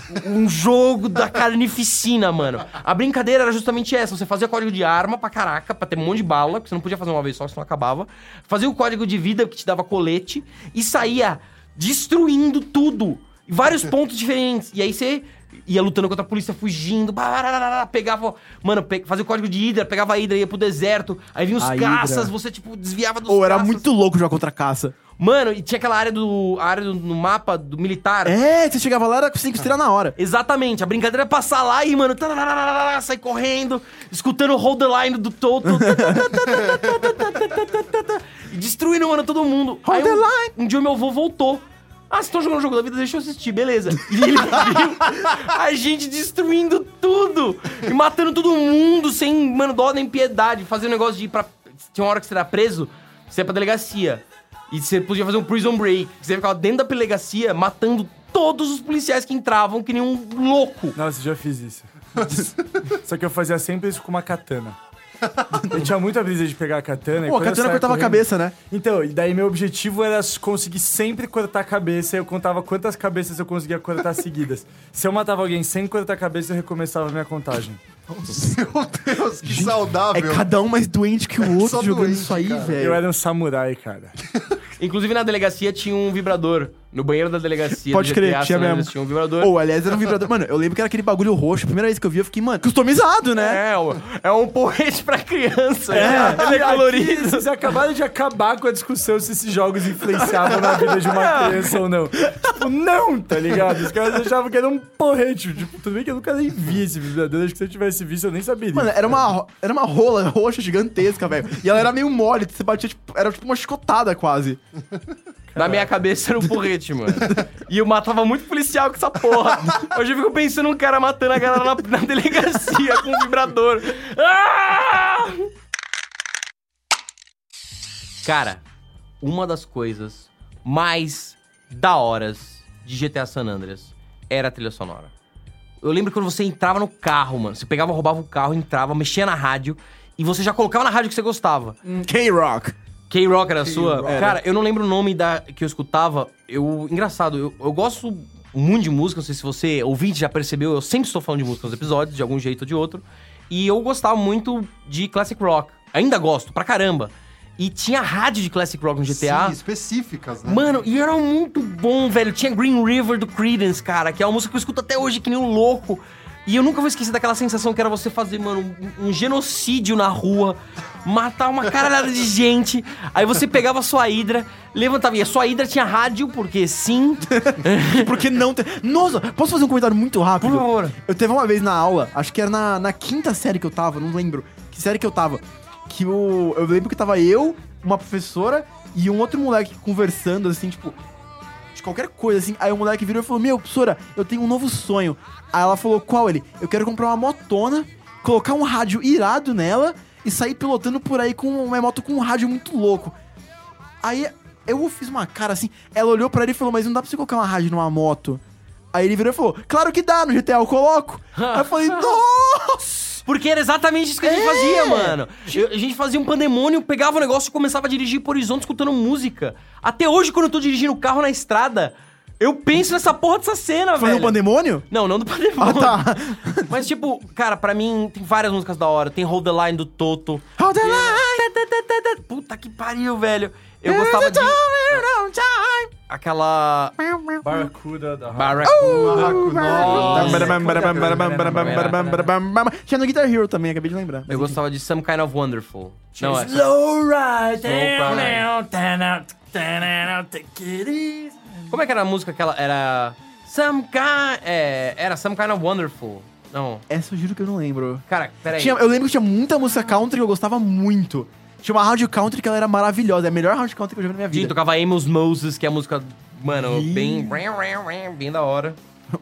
S5: um jogo da carnificina, mano. A brincadeira era justamente essa: você fazia código de arma pra caraca, pra ter um monte de bala, que você não podia fazer uma vez só, senão acabava. Fazia o código de vida que te dava colete e saía destruindo tudo. Em Vários pontos diferentes. E aí você ia lutando contra a polícia, fugindo, barararara, pegava. Mano, pe- fazia o código de Hydra, pegava a Hydra, ia pro deserto, aí vinha os
S3: A Hydra.
S5: caças, você tipo desviava dos
S3: Ou era
S5: caças.
S3: muito louco jogar contra a caça.
S5: Mano, e tinha aquela área do. a área do, no mapa do militar.
S3: *laughs* É, você chegava lá, era 5 estrelas na hora.
S5: Exatamente, a brincadeira é passar lá e, mano, tararararara, sai correndo, escutando o hold the line do Toto. tatatatatatatatatata, e destruindo, mano, todo mundo.
S3: Hold
S5: Aí
S3: the
S5: um,
S3: line.
S5: Um dia o meu avô voltou. Ah, vocês estão jogando o jogo da vida, deixa eu assistir, beleza. *laughs* E ele viu a gente destruindo tudo e matando todo mundo sem, mano, dó nem piedade. Fazendo um negócio de ir pra. Tinha uma hora que você era preso, você ia pra delegacia. E você podia fazer um prison break. Você ficava dentro da delegacia matando todos os policiais que entravam, que nem um louco.
S2: Nossa, já fiz isso. Só que eu fazia sempre isso com uma katana. Eu tinha muita brisa de pegar a katana. e
S3: Pô, a
S2: quando eu
S3: katana
S2: saía
S3: cortava a
S2: correndo-
S3: cabeça, né?
S2: Então, e daí meu objetivo era s- conseguir sempre cortar a cabeça. e Eu contava quantas cabeças eu conseguia cortar seguidas. Se eu matava alguém sem cortar a cabeça, eu recomeçava a minha contagem.
S4: *laughs* Meu Deus, que
S3: É
S4: saudável.
S3: cada um mais doente que *laughs* o
S4: Só
S3: outro jogando
S4: doente,
S3: isso aí,
S4: cara.
S2: Eu
S3: velho.
S2: era um samurai, cara.
S5: Inclusive na delegacia tinha um vibrador. No banheiro da delegacia.
S3: Pode
S5: do
S3: crer, tinha
S5: San Andreas,
S3: mesmo.
S5: Tinha um vibrador.
S3: Ou, aliás, era um vibrador. Mano, eu lembro que era aquele bagulho roxo. A primeira vez que eu vi, eu fiquei, mano, customizado, né?
S5: É, ó, é um porrete pra criança. *laughs* né? Ele é
S2: Aqui,
S5: colorido.
S2: Vocês acabaram de acabar com a discussão se esses jogos influenciavam na vida de uma criança ou não. Tipo, não, tá ligado? Os caras achavam que era um porrete. Tipo, tudo bem que eu nunca nem vi esse vibrador. Acho que se eu tivesse visto, eu nem saberia.
S3: Mano, é- era uma, ro- era uma rola roxa gigantesca, velho. E ela era meio mole, você batia, tipo, era tipo uma chicotada quase.
S5: Na minha cabeça era um porrete, mano. E eu matava muito policial com essa porra. Hoje eu fico pensando um cara matando a galera na, na delegacia com um vibrador. Ah! Cara, uma das coisas mais da horas de GTA San Andreas era a trilha sonora. Eu lembro quando você entrava no carro, mano. Você pegava, roubava o carro, entrava, mexia na rádio. E você já colocava na rádio que você gostava.
S3: K-Rock.
S5: K-Rock era a sua?
S3: Era.
S5: Cara, eu não lembro o nome da que eu escutava. Eu. Engraçado, eu, eu gosto muito de música, não sei se você, ouvinte, já percebeu, eu sempre estou falando de música nos episódios, de algum jeito ou de outro. E eu gostava muito de classic rock. Ainda gosto, pra caramba. E tinha rádio um de classic rock no GTA.
S4: Sim, específicas, né?
S5: Mano, e era muito bom, velho. Tinha Green River do Creedence, cara, que é uma música que eu escuto até hoje que nem um louco. E eu nunca vou esquecer daquela sensação que era você fazer, mano, um, um genocídio na rua, matar uma caralhada de gente. Aí você pegava a sua hidra, levantava. E a sua hidra tinha rádio, porque sim.
S3: *laughs* Porque não tem. Nossa, posso fazer um comentário muito rápido?
S5: Por favor.
S3: Eu teve uma vez na aula, acho que era na, na quinta série que eu tava, não lembro. Que série que eu tava? Que o. Eu lembro que tava eu, uma professora e um outro moleque conversando, assim, tipo. De qualquer coisa, assim. Aí o moleque virou e falou: Meu, professora, eu tenho um novo sonho. Aí ela falou: Qual ele? Eu quero comprar uma motona, colocar um rádio irado nela e sair pilotando por aí com uma moto com um rádio muito louco. Aí eu fiz uma cara assim. Ela olhou pra ele e falou: Mas não dá pra você colocar uma rádio numa moto? Aí ele virou e falou: Claro que dá, no GTA eu coloco. aí eu *laughs* falei: Nossa!
S5: Porque era exatamente isso que a gente fazia, mano. Eu- a gente fazia um pandemônio, pegava o negócio e começava a dirigir por horizonte escutando música. Até hoje, quando eu tô dirigindo o carro na estrada, eu penso nessa porra dessa cena,
S3: Foi
S5: velho.
S3: um pandemônio?
S5: Não, não do
S3: Ah,
S5: pandemônio.
S3: tá.
S5: *laughs* Mas, tipo, cara, pra mim tem várias músicas da hora. Tem Hold the Line do Toto.
S3: Hold the
S5: line! Puta que pariu, velho. Eu gostava de aquela.
S2: Barracuda da
S4: Barraco,
S2: Nossa.
S4: nossa.
S3: Tinha no Guitar Hero também, acabei de lembrar.
S5: Eu gostava de Some Kind of Wonderful. Não, é.
S2: Slow ride
S5: Slow
S2: down, down,
S5: ride.
S2: down, down, down, take it easy.
S5: Como é que era a música que ela era. Some kind. É, era Some Kind of Wonderful. Não.
S3: Essa eu juro que eu não lembro.
S5: Cara, peraí.
S3: Tinha, eu lembro que tinha muita música country que eu gostava muito. Tinha uma rádio country que ela era maravilhosa. É a melhor rádio country que eu já vi na minha
S5: Sim,
S3: vida.
S5: tocava Amos Moses, que é a música, mano,
S3: Ih.
S5: bem. Bem da hora.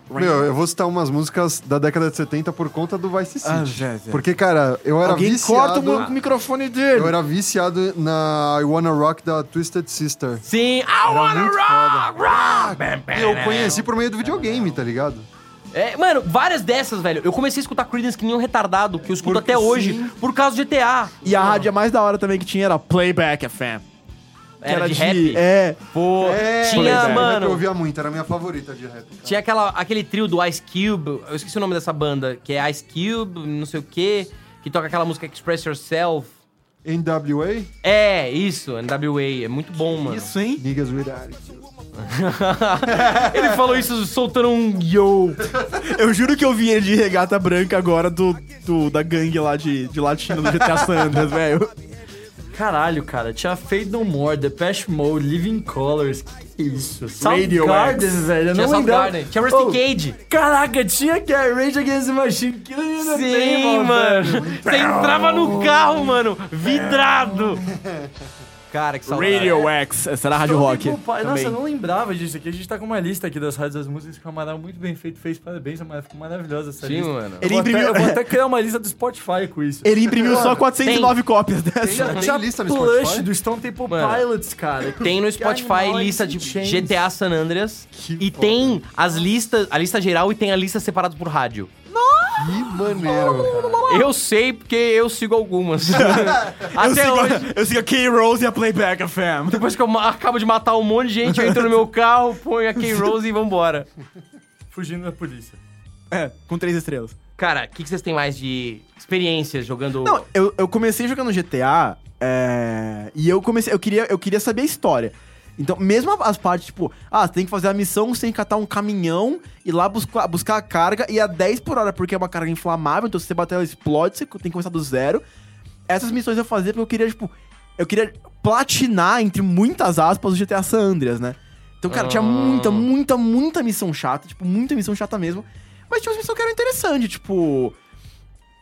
S4: Meu, eu vou citar umas músicas da década de 70 por conta do Vice City.
S3: Ah, já, já.
S4: Porque, cara, eu era
S3: Alguém
S4: viciado...
S3: corta o meu- o microfone dele.
S4: Eu era viciado na I Wanna Rock da Twisted Sister.
S5: Sim, I wanna rock, rock! Bam, bam,
S4: Eu conheci por meio do videogame, tá ligado?
S5: É, mano, várias dessas, velho. Eu comecei a escutar Creedence que nem um retardado, que eu escuto
S4: Porque
S5: até hoje,
S4: sim.
S5: por causa do GTA.
S3: E a rádio é mais da hora também que tinha era Playback FM. Que
S5: Era, de, rap.
S3: É.
S5: Pô,
S4: É,
S5: tinha,
S4: Playback Eu
S5: mano,
S4: ouvia muito, era a minha favorita de rap. cara.
S5: tinha aquela, aquele trio do Ice Cube, eu esqueci o nome dessa banda, que é Ice Cube, não sei o quê, que toca aquela música Express Yourself.
S4: NWA,
S5: É, isso, NWA, é muito bom, mano.
S3: Isso, hein?
S4: Niggas With Attitude.
S5: Ele falou isso soltando um yo.
S3: *laughs* Eu juro que eu vi ele de regata branca agora do, do- da gangue lá de, de latino do GTA San Andreas, velho.
S2: Caralho, cara, tinha Fade No More, Depeche Mode, Living Colors, que que é isso?
S3: Radio
S2: Soundgarden, velho, eu
S5: Tinha
S2: não lembrava.
S5: Soundgarden, tinha Rusticade.
S2: Oh, caraca, tinha que a Rage Against the Machine, que né,
S5: Sim,
S2: menina
S5: mano. Você entrava no carro, mano, vidrado. Cara, que saudade.
S3: Radio X, essa era a rádio rock.
S2: Nossa, eu
S3: também.
S2: não lembrava disso aqui. A gente tá com uma lista aqui das rádios das músicas que o Amaral muito bem feito fez. Parabéns, Amaral. Ficou maravilhosa essa
S5: Sim,
S2: lista.
S5: mano.
S2: Eu
S3: Ele
S2: vou até-
S3: imprimiu-
S2: eu vou até criar uma lista do Spotify com isso.
S3: Ele imprimiu só 409 cópias dessa.
S4: Tem, tem
S2: Tinha
S4: lista no
S2: Plush
S4: Spotify?
S2: do Stone Temple
S5: Mano,
S2: Pilots, cara.
S5: Tem no
S2: Que
S5: Spotify
S2: animal,
S5: lista de
S2: Alice in Chains.
S5: GTA San Andreas
S4: Que
S5: e
S4: foda.
S5: tem as listas, a lista geral e tem a lista separada por rádio.
S4: Que maneiro, cara.
S5: Eu sei porque eu sigo algumas.
S3: Eu
S5: Até
S3: sigo,
S5: hoje.
S3: eu sigo a K-Rose e a Playback FM.
S5: Depois que eu ma- acabo de matar um monte de gente, eu entro no meu carro, ponho a K-Rose e vambora.
S2: Fugindo da polícia.
S3: É, com três estrelas.
S5: Cara, o que, que vocês têm mais de experiências jogando?
S3: Não, eu, eu comecei jogando GTA é, e eu comecei. Eu queria, eu queria saber a história. Então, mesmo as partes, tipo, ah, você tem que fazer a missão, você tem que catar um caminhão e lá buscar, buscar a carga e a 10 por hora, porque é uma carga inflamável, então se você bater ela explode, você tem que começar do zero. Essas missões eu fazia porque eu queria, tipo, eu queria platinar, entre muitas aspas, o GTA San Andreas, né? Então, cara, tinha
S5: Ah.
S3: muita, muita, muita missão chata, tipo, muita missão chata mesmo. Mas tinha umas missões que eram interessantes, tipo.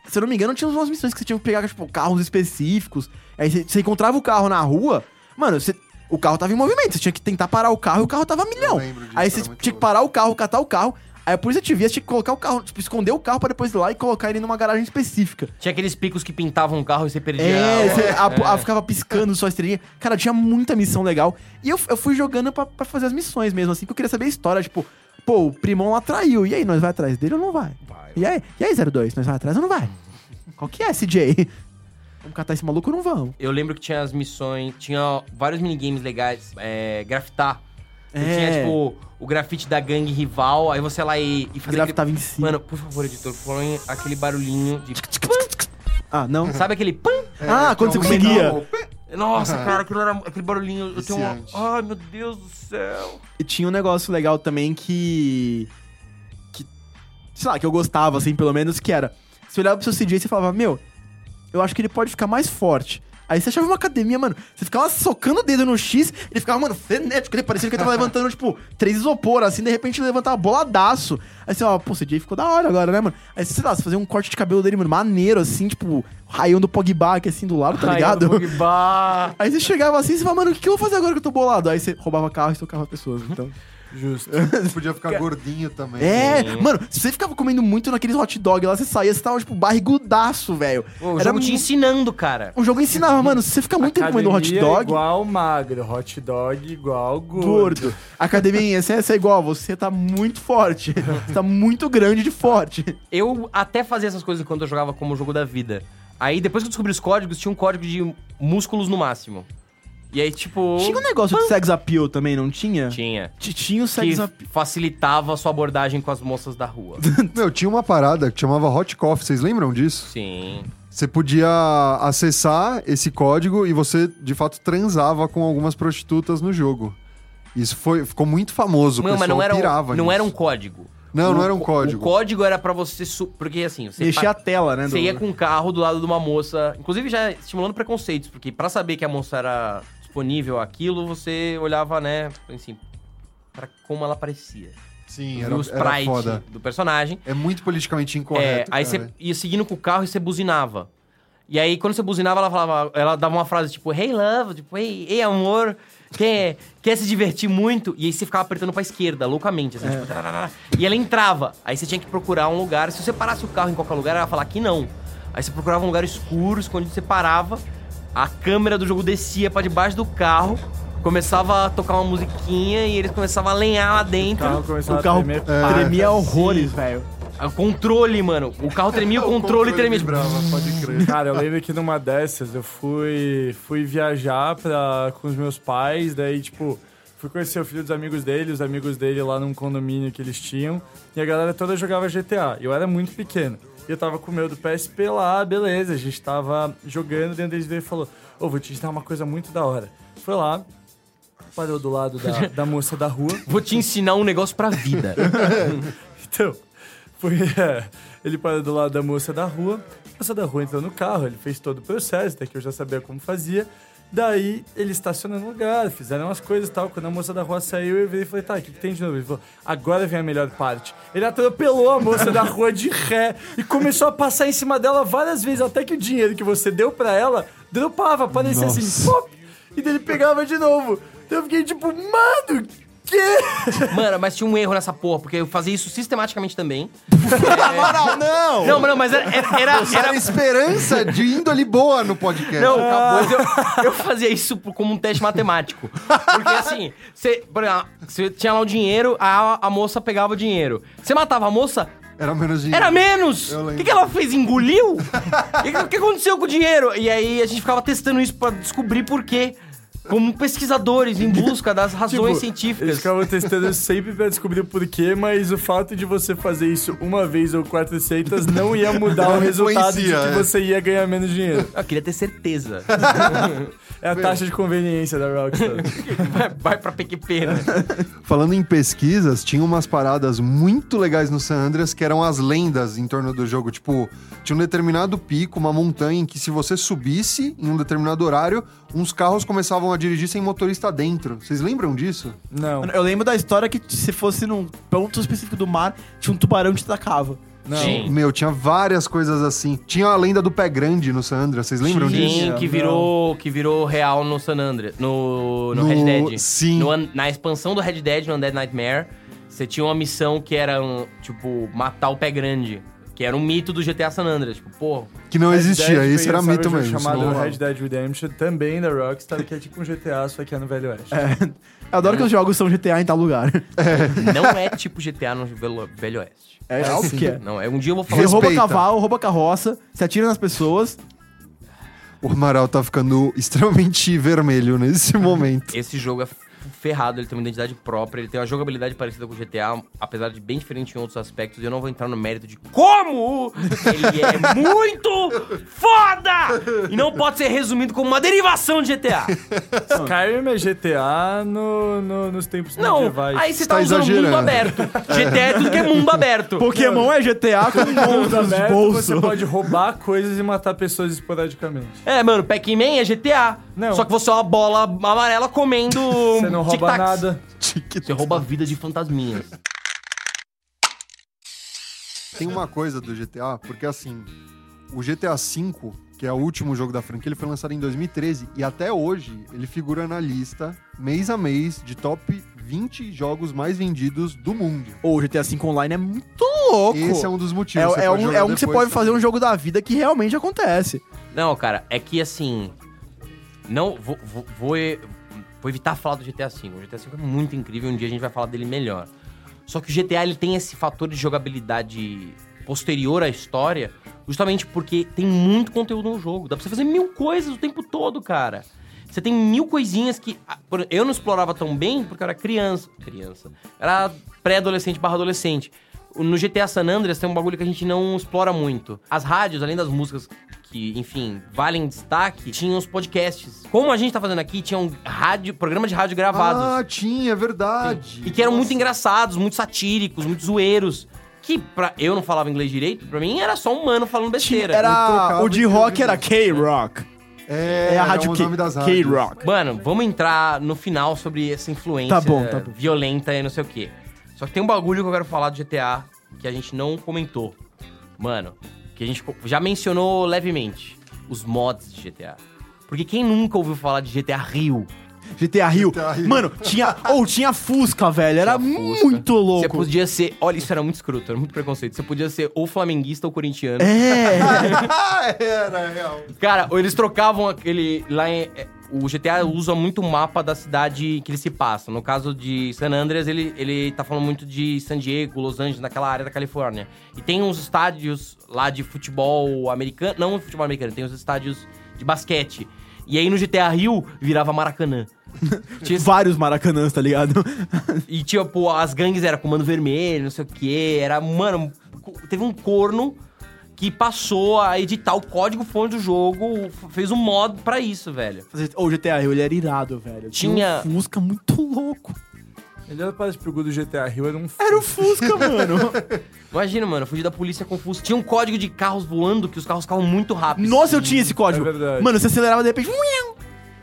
S3: Se eu não me engano, tinha umas missões que você tinha que pegar, tipo, carros específicos. Aí você, você encontrava o carro na rua, mano, você- o carro tava em movimento. Você tinha que tentar parar o carro e o carro tava a milhão.
S4: lembro disso,
S3: Aí
S4: era
S3: você
S4: muito
S3: tinha que
S4: louco.
S3: parar o carro, catar o carro. Aí a polícia te via, você tinha que colocar o carro, tipo, esconder o carro pra depois ir lá e colocar ele numa garagem específica.
S5: Tinha aqueles picos que pintavam o carro e você perdia.
S3: É,
S5: a-
S3: cê- a, a- ficava piscando sua estrelinha. Cara, tinha muita missão legal. E eu, eu fui jogando pra, pra fazer as missões mesmo, assim, que eu queria saber a história. Tipo, pô, o primão lá traiu. E aí, nós vai atrás dele ou não vai? E aí, e aí 02, nós vai atrás ou não vai? Qual que é, CJ? Vamos catar esse maluco ou não vamos?
S5: Eu lembro que tinha as missões, tinha vários minigames legais, é, grafitar. Você
S3: É.
S5: tinha, tipo, o grafite da gangue rival, aí você ia lá e, e fazia.
S3: gráfico tava em cima.
S5: Mano, por favor, editor, põe aquele barulhinho de. *laughs*
S3: Ah, não?
S5: Sabe aquele pam?
S3: ah, quando você
S4: Então,
S3: conseguia.
S4: metal-
S5: Nossa,
S4: Aham.
S5: cara, aquilo era, aquele barulhinho. Eu tenho uma.
S4: Viciante.
S5: Ai, meu Deus do céu.
S3: E tinha um negócio legal também que. que. sei lá, que eu gostava, assim, pelo menos, que era. Você olhava pro seu CJ e você falava, meu, eu acho que ele pode ficar mais forte. Aí você achava uma academia, mano, você ficava socando o dedo no X, ele ficava, mano, frenético, ele parecia que ele tava levantando, tipo, três isopor, assim, de repente ele levantava boladaço. Aí você, ó, pô, o CJ ficou da hora agora, né, mano? Aí, sei lá, você fazia um corte de cabelo dele, mano, maneiro, assim, tipo, raião do Pogba, aqui, assim, do lado, tá ligado?
S5: Ai, Pogba.
S3: Aí você chegava assim e você falava, mano, o que, que eu vou fazer agora que eu tô bolado? Aí você roubava carro e socava pessoas, então...
S2: Justo.
S4: Podia
S5: *laughs*
S4: ficar gordinho também.
S3: É,
S5: Sim.
S3: mano, se você ficava comendo muito naqueles hot dog lá, você saía, você tava, tipo, barrigudaço, velho.
S5: Pô, o jogo
S3: mu-
S5: te ensinando, cara.
S3: O jogo ensinava, mano, se você fica muito tempo comendo hot
S5: é
S2: Academia
S3: dog,
S2: igual magro, hot dog igual gordo.
S3: gordo. Academia em excesso é igual, você tá muito
S5: *laughs*
S3: forte. Você tá muito grande de forte.
S5: Eu até fazia essas coisas enquanto eu jogava como jogo da vida. Aí depois que eu descobri os códigos, tinha um código de músculos no máximo. E aí, tipo.
S3: Tinha um negócio de sex appeal também, não tinha?
S5: Tinha.
S3: Ti- Tinha o sex appeal.
S5: Que facilitava a sua abordagem com as moças
S4: *laughs*
S5: da rua.
S4: Meu, tinha uma parada que chamava Hot Coffee, vocês lembram disso?
S5: Sim.
S4: Você podia acessar esse código e você, de fato, transava com algumas prostitutas no jogo. Isso foi, ficou muito famoso, o
S5: Não,
S4: pessoal
S5: mas não era,
S4: pirava
S5: um, não
S4: nisso.
S5: era um código.
S4: Não, não era um
S5: O-
S4: código.
S5: O código era pra você. su- Porque assim, você.
S3: Mexer
S5: pa-
S3: a tela, né?
S5: Você
S3: do-
S5: ia com um carro do lado de uma moça, inclusive já estimulando preconceitos, porque pra saber que a moça era disponível aquilo, você olhava, né, assim, pra como ela parecia.
S4: Sim,
S5: E
S4: era, era
S5: o sprite
S4: foda.
S5: do personagem.
S4: É muito politicamente
S5: É,
S4: incorreto.
S5: aí
S4: cara.
S5: você ia seguindo com o carro e você buzinava. E aí quando você buzinava, ela falava, ela dava uma frase tipo, hey love, tipo, hey, hey amor, quer, quer se divertir muito? E aí você ficava apertando pra esquerda, loucamente, assim, tipo, tararara. e ela entrava. Aí você tinha que procurar um lugar, se você parasse o carro em qualquer lugar, ela ia falar que não. Aí você procurava um lugar escuro, escondido, você parava, a câmera do jogo descia pra debaixo do carro, começava a tocar uma musiquinha e eles começavam a lenhar lá dentro.
S3: O carro é. tremia horrores, velho.
S5: O controle, mano. O carro tremia, o controle tremia.
S4: vibrava, pode crer.
S2: Cara, eu lembro que numa dessas eu fui, fui viajar pra, com os meus pais, daí, tipo, fui conhecer o filho dos amigos dele, os amigos dele lá num condomínio que eles tinham, e a galera toda jogava GTA. Eu era muito pequeno. E eu tava com o meu do PSP lá, beleza, a gente tava jogando, dentro deles veio e falou: Ô, vou te ensinar uma coisa muito da hora. Foi lá, parou do lado da, da moça da rua.
S5: Vou te ensinar um negócio pra vida. *laughs*
S2: Então, foi, é, ele parou do lado da moça da rua. A moça da rua entrou no carro, ele fez todo o processo, até que eu já sabia como fazia. Daí ele estacionou no lugar, fizeram as coisas e tal. Quando a moça da rua saiu, eu virei e falei: tá, o que, que tem de novo? Ele falou: agora vem a melhor parte. Ele atropelou a moça da rua de ré e começou a passar em cima dela várias vezes, até que o dinheiro que você deu pra ela dropava, aparecia assim, pop, e daí ele pegava de novo. Então eu fiquei tipo, mano, que?
S5: Mano, mas tinha um erro nessa porra, porque eu fazia isso sistematicamente também. É.
S3: Amaral, não!
S5: Não, mas não, mas era. era, era-
S4: Era esperança de índole boa no podcast.
S5: Não, mas eu, eu fazia isso por- como um teste matemático. Porque assim, você, por exemplo, você tinha lá o dinheiro, a, a moça pegava o dinheiro. Você matava a moça,
S4: Era menos de.
S5: Era menos!
S4: Eu
S5: O
S4: lembro.
S5: que, que ela fez? Engoliu? O que, que aconteceu com o dinheiro? E aí a gente ficava testando isso pra descobrir por quê. Como pesquisadores em busca das razões
S2: Tipo, Eles
S5: científicas.
S2: ficavam testando sempre pra descobrir o porquê, mas o fato de você fazer isso uma vez ou 400 não ia mudar o
S4: Não
S2: resultado de que
S4: influencia, é.
S2: você ia ganhar menos dinheiro.
S5: Eu queria ter certeza.
S2: É a taxa de conveniência da Rockstar.
S5: vai, vai pra PQP, né?
S4: Falando em pesquisas, tinha umas paradas muito legais no San Andreas que eram as lendas em torno do jogo. Tipo, tinha um determinado pico, uma montanha, em que se você subisse em um determinado horário, uns carros começavam a dirigir sem motorista dentro. Vocês lembram disso?
S2: Não.
S3: Eu lembro da história que se fosse num ponto específico do mar, tinha um tubarão que te atacava.
S2: Não.
S5: Sim.
S4: Meu, tinha várias coisas assim. Tinha a lenda do pé grande no San Andreas, vocês lembram
S5: *laughs* Sim,
S4: disso?
S5: que virou, que virou real no San Andreas, no, no,
S4: No-
S5: Red Dead.
S4: sim.
S5: No an- na expansão do Red Dead, no Undead Nightmare, você tinha uma missão que era, um, tipo, matar o pé grande. Que era um mito do GTA San Andreas. Tipo, pô,
S4: Que não
S2: Red
S4: existia,
S2: Dead
S4: esse era
S2: pensava
S4: mito
S2: em um
S4: mesmo. isso não
S2: chamado
S4: rolava.
S2: Red Dead Redemption, também da Rockstar, que é tipo um GTA, só que é no Velho Oeste.
S3: Eu adoro que os jogos são GTA em tal lugar.
S5: não *laughs* é tipo GTA no Velo- Velho Oeste.
S3: É, óbvio que é.
S5: Não, é um dia eu vou falar.
S3: Você rouba
S4: Respeita.
S3: cavalo, rouba carroça, você atira nas pessoas.
S4: *laughs* O Amaral tá ficando extremamente vermelho nesse momento.
S5: Esse jogo é ferrado, ele tem uma identidade própria, ele tem uma jogabilidade parecida com o GTA, apesar de bem diferente em outros aspectos, e eu não vou entrar no mérito de como ele
S2: *laughs*
S5: é muito foda! E não pode ser resumido como uma derivação
S2: *laughs*
S5: de GTA.
S2: Skyrim é GTA no, no- nos tempos
S5: Não,
S2: medievais.
S5: aí você tá
S4: Tá
S5: usando mundo
S4: exagerando.
S5: aberto. GTA é tudo que é mundo aberto.
S3: Pokémon é GTA com *laughs* monstros de
S2: Aberto, Você
S3: bolso.
S2: pode roubar coisas e matar pessoas esporadicamente.
S5: É, mano, Pac-Man é GTA.
S2: Não.
S5: Só que você é uma bola amarela comendo um
S2: Você não rouba
S5: tic-tacs.
S2: nada.
S5: Você rouba a vida de fantasminhas.
S4: Tem uma coisa do GTA, porque assim, o GTA V, que é o último jogo da franquia, ele foi lançado em 2013 e até hoje ele figura na lista, mês a mês, de top 20 jogos mais vendidos do mundo.
S3: Ou o GTA V Online é muito louco.
S4: Esse é um dos
S3: É-
S4: motivos. você
S3: é
S4: pode
S3: um,
S4: jogar
S3: é um que você
S4: depois,
S3: pode
S4: tá?
S3: fazer um jogo da vida que realmente acontece.
S5: Não, cara, é que assim. Não, vou, vou, vou, e- vou evitar falar do GTA V. O GTA V é muito incrível, um dia a gente vai falar dele melhor. Só que o GTA ele tem esse fator de jogabilidade posterior à história, justamente porque tem muito conteúdo no jogo. Dá pra você fazer mil coisas o tempo todo, cara. Você tem mil coisinhas que. ah, por- Eu não explorava tão bem porque eu era criança. Criança. Era pré-adolescente barra adolescente. No GTA San Andreas tem um bagulho que a gente não explora muito. As rádios, além das músicas que, enfim, valem destaque, tinham os podcasts. Como a gente tá fazendo aqui, tinham rádio, programa de rádio gravados.
S4: Ah, tinha, é verdade.
S5: E que eram muito
S4: Nossa.
S5: engraçados, muito satíricos, muito zoeiros. Que pra, eu não falava inglês direito, pra mim era só um mano falando besteira.
S3: Era.
S4: trocava
S3: O de
S4: entre
S3: rock
S4: os
S3: era K-Rock.
S4: É,
S3: É a
S4: era
S3: rádio
S4: o
S3: K-
S4: nome das rádios.
S3: K-Rock.
S5: Mano, vamos entrar no final sobre essa influência
S3: Tá bom, tá bom.
S5: violenta e não sei o quê. Só que tem um bagulho que eu quero falar do GTA que a gente não comentou. Mano, que a gente co- já mencionou levemente. Os mods de GTA. Porque quem nunca ouviu falar de GTA Rio?
S3: GTA Rio.
S4: GTA Rio.
S3: Mano, tinha. Ou tinha Fusca, velho. Era
S5: Tinha Fusca.
S3: muito
S5: Você
S3: louco.
S5: podia ser. Olha, isso era muito escroto, era muito preconceito. Você podia ser ou flamenguista ou corintiano.
S3: É.
S4: *laughs* Ah, era, é real.
S5: Cara, eles trocavam aquele. Lá em- é, o GTA usa muito o mapa da cidade que ele se passa. No caso de San Andreas, ele, ele tá falando muito de San Diego, Los Angeles, naquela área da Califórnia. E tem uns estádios lá de futebol americano. Não futebol americano, tem uns estádios de basquete. E aí no GTA Rio virava Maracanã. Tinha esse-
S3: Vários maracanãs, tá ligado? *laughs*
S5: e tipo, as gangues era comando vermelho, não sei o quê. Era, mano, co- teve um corno que passou a editar o código fonte do jogo, f- fez um mod pra isso, velho.
S3: Ou o GTA Rio, ele era irado, velho.
S5: Tinha-
S3: um Fusca muito louco.
S2: Melhor parte pro do GTA Rio era um.
S3: Era o Fusca, mano.
S5: Imagina, mano, fugir da polícia confuso. Tinha um código de carros voando que os carros ficavam muito rápidos.
S3: Nossa, eu tinha esse código.
S2: é verdade.
S3: mano, você acelerava de repente.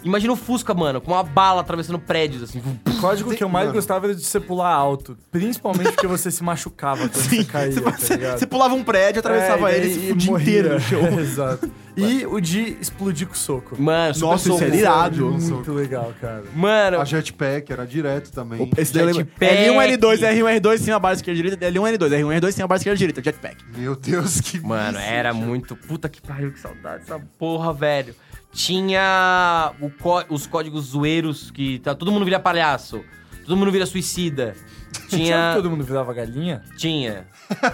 S5: Imagina o Fusca, mano, com uma bala atravessando prédios, assim.
S2: código que eu mais
S4: Mano.
S2: gostava era de você pular alto. Principalmente porque você se machucava quando você caía, tá
S3: *laughs* Você,
S2: ligado?
S3: você pulava um prédio, atravessava
S2: É, e
S3: ele
S2: daí
S3: e se fudia inteiro no chão.
S2: *laughs* Exato. E o de explodir com soco.
S5: Mano, é super
S3: Nossa,
S5: soco.
S3: isso era irado. um
S2: Muito
S4: soco.
S2: legal, cara.
S5: Mano,
S4: A Jetpack era direto também.
S3: Esse daí eu lembro.
S5: Jetpack.
S3: L1, L2, R1, R2 sem a barra esquerda direita. L1, L2, R1, R2 sem a barra esquerda direita. Jetpack.
S4: Meu Deus, que
S5: Mano,
S4: vício.
S5: era muito. Puta que pariu, que saudade dessa porra, velho. Tinha o có- os códigos zoeiros que tá, todo mundo vira palhaço, todo mundo vira suicida.
S2: Sabe
S5: Tinha.
S2: que todo mundo virava galinha?
S5: Tinha.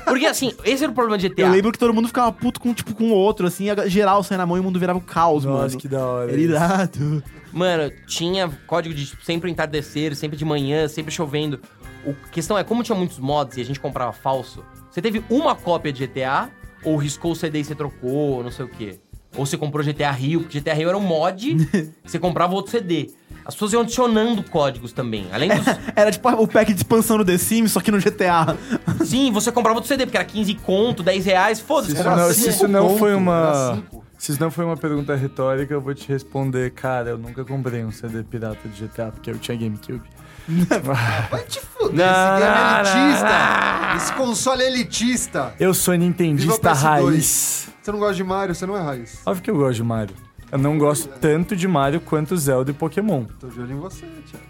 S5: Porque assim, esse era o problema de GTA.
S3: Eu lembro que todo mundo ficava puto com, tipo, com o outro, assim. a geral saia na mão e o mundo virava um caos,
S2: Nossa,
S3: mano.
S2: que da hora.
S3: Era irado.
S5: Mano, tinha código de tipo, sempre entardecer, sempre de manhã, sempre chovendo. O a questão é, como tinha muitos mods e a gente comprava falso, você teve uma cópia de GTA, ou riscou o CD e você trocou, ou não sei o quê. Ou você comprou GTA Rio, porque GTA Rio era
S2: *laughs*
S5: um mod, você comprava outro CD. As pessoas iam adicionando códigos também. Além
S2: *laughs*
S5: dos.
S3: Era tipo o pack de expansão do The Sims, só que no GTA.
S5: Sim, você comprava outro CD, porque era 15 conto, 10 reais, foda-se.
S2: Se isso,
S5: comprava
S2: não, é
S5: outro
S2: se
S5: CD.
S2: isso não
S4: Ponto,
S2: foi
S4: era
S2: uma.
S4: cinco.
S2: Se isso não foi uma pergunta retórica, eu vou te responder, cara, eu nunca comprei um CD pirata de GTA porque eu tinha GameCube.
S4: Vai te fuder,
S2: Não,
S4: esse game é
S2: não,
S4: elitista. Esse console é elitista.
S2: Eu sou nintendista
S4: Viva PS2.
S2: raiz.
S4: Você não gosta de Mario, você não é raiz.
S2: Óbvio que eu gosto de Mario. Eu não gosto tanto de Mario quanto Zelda e Pokémon.
S4: Tô de olho em você, Thiago.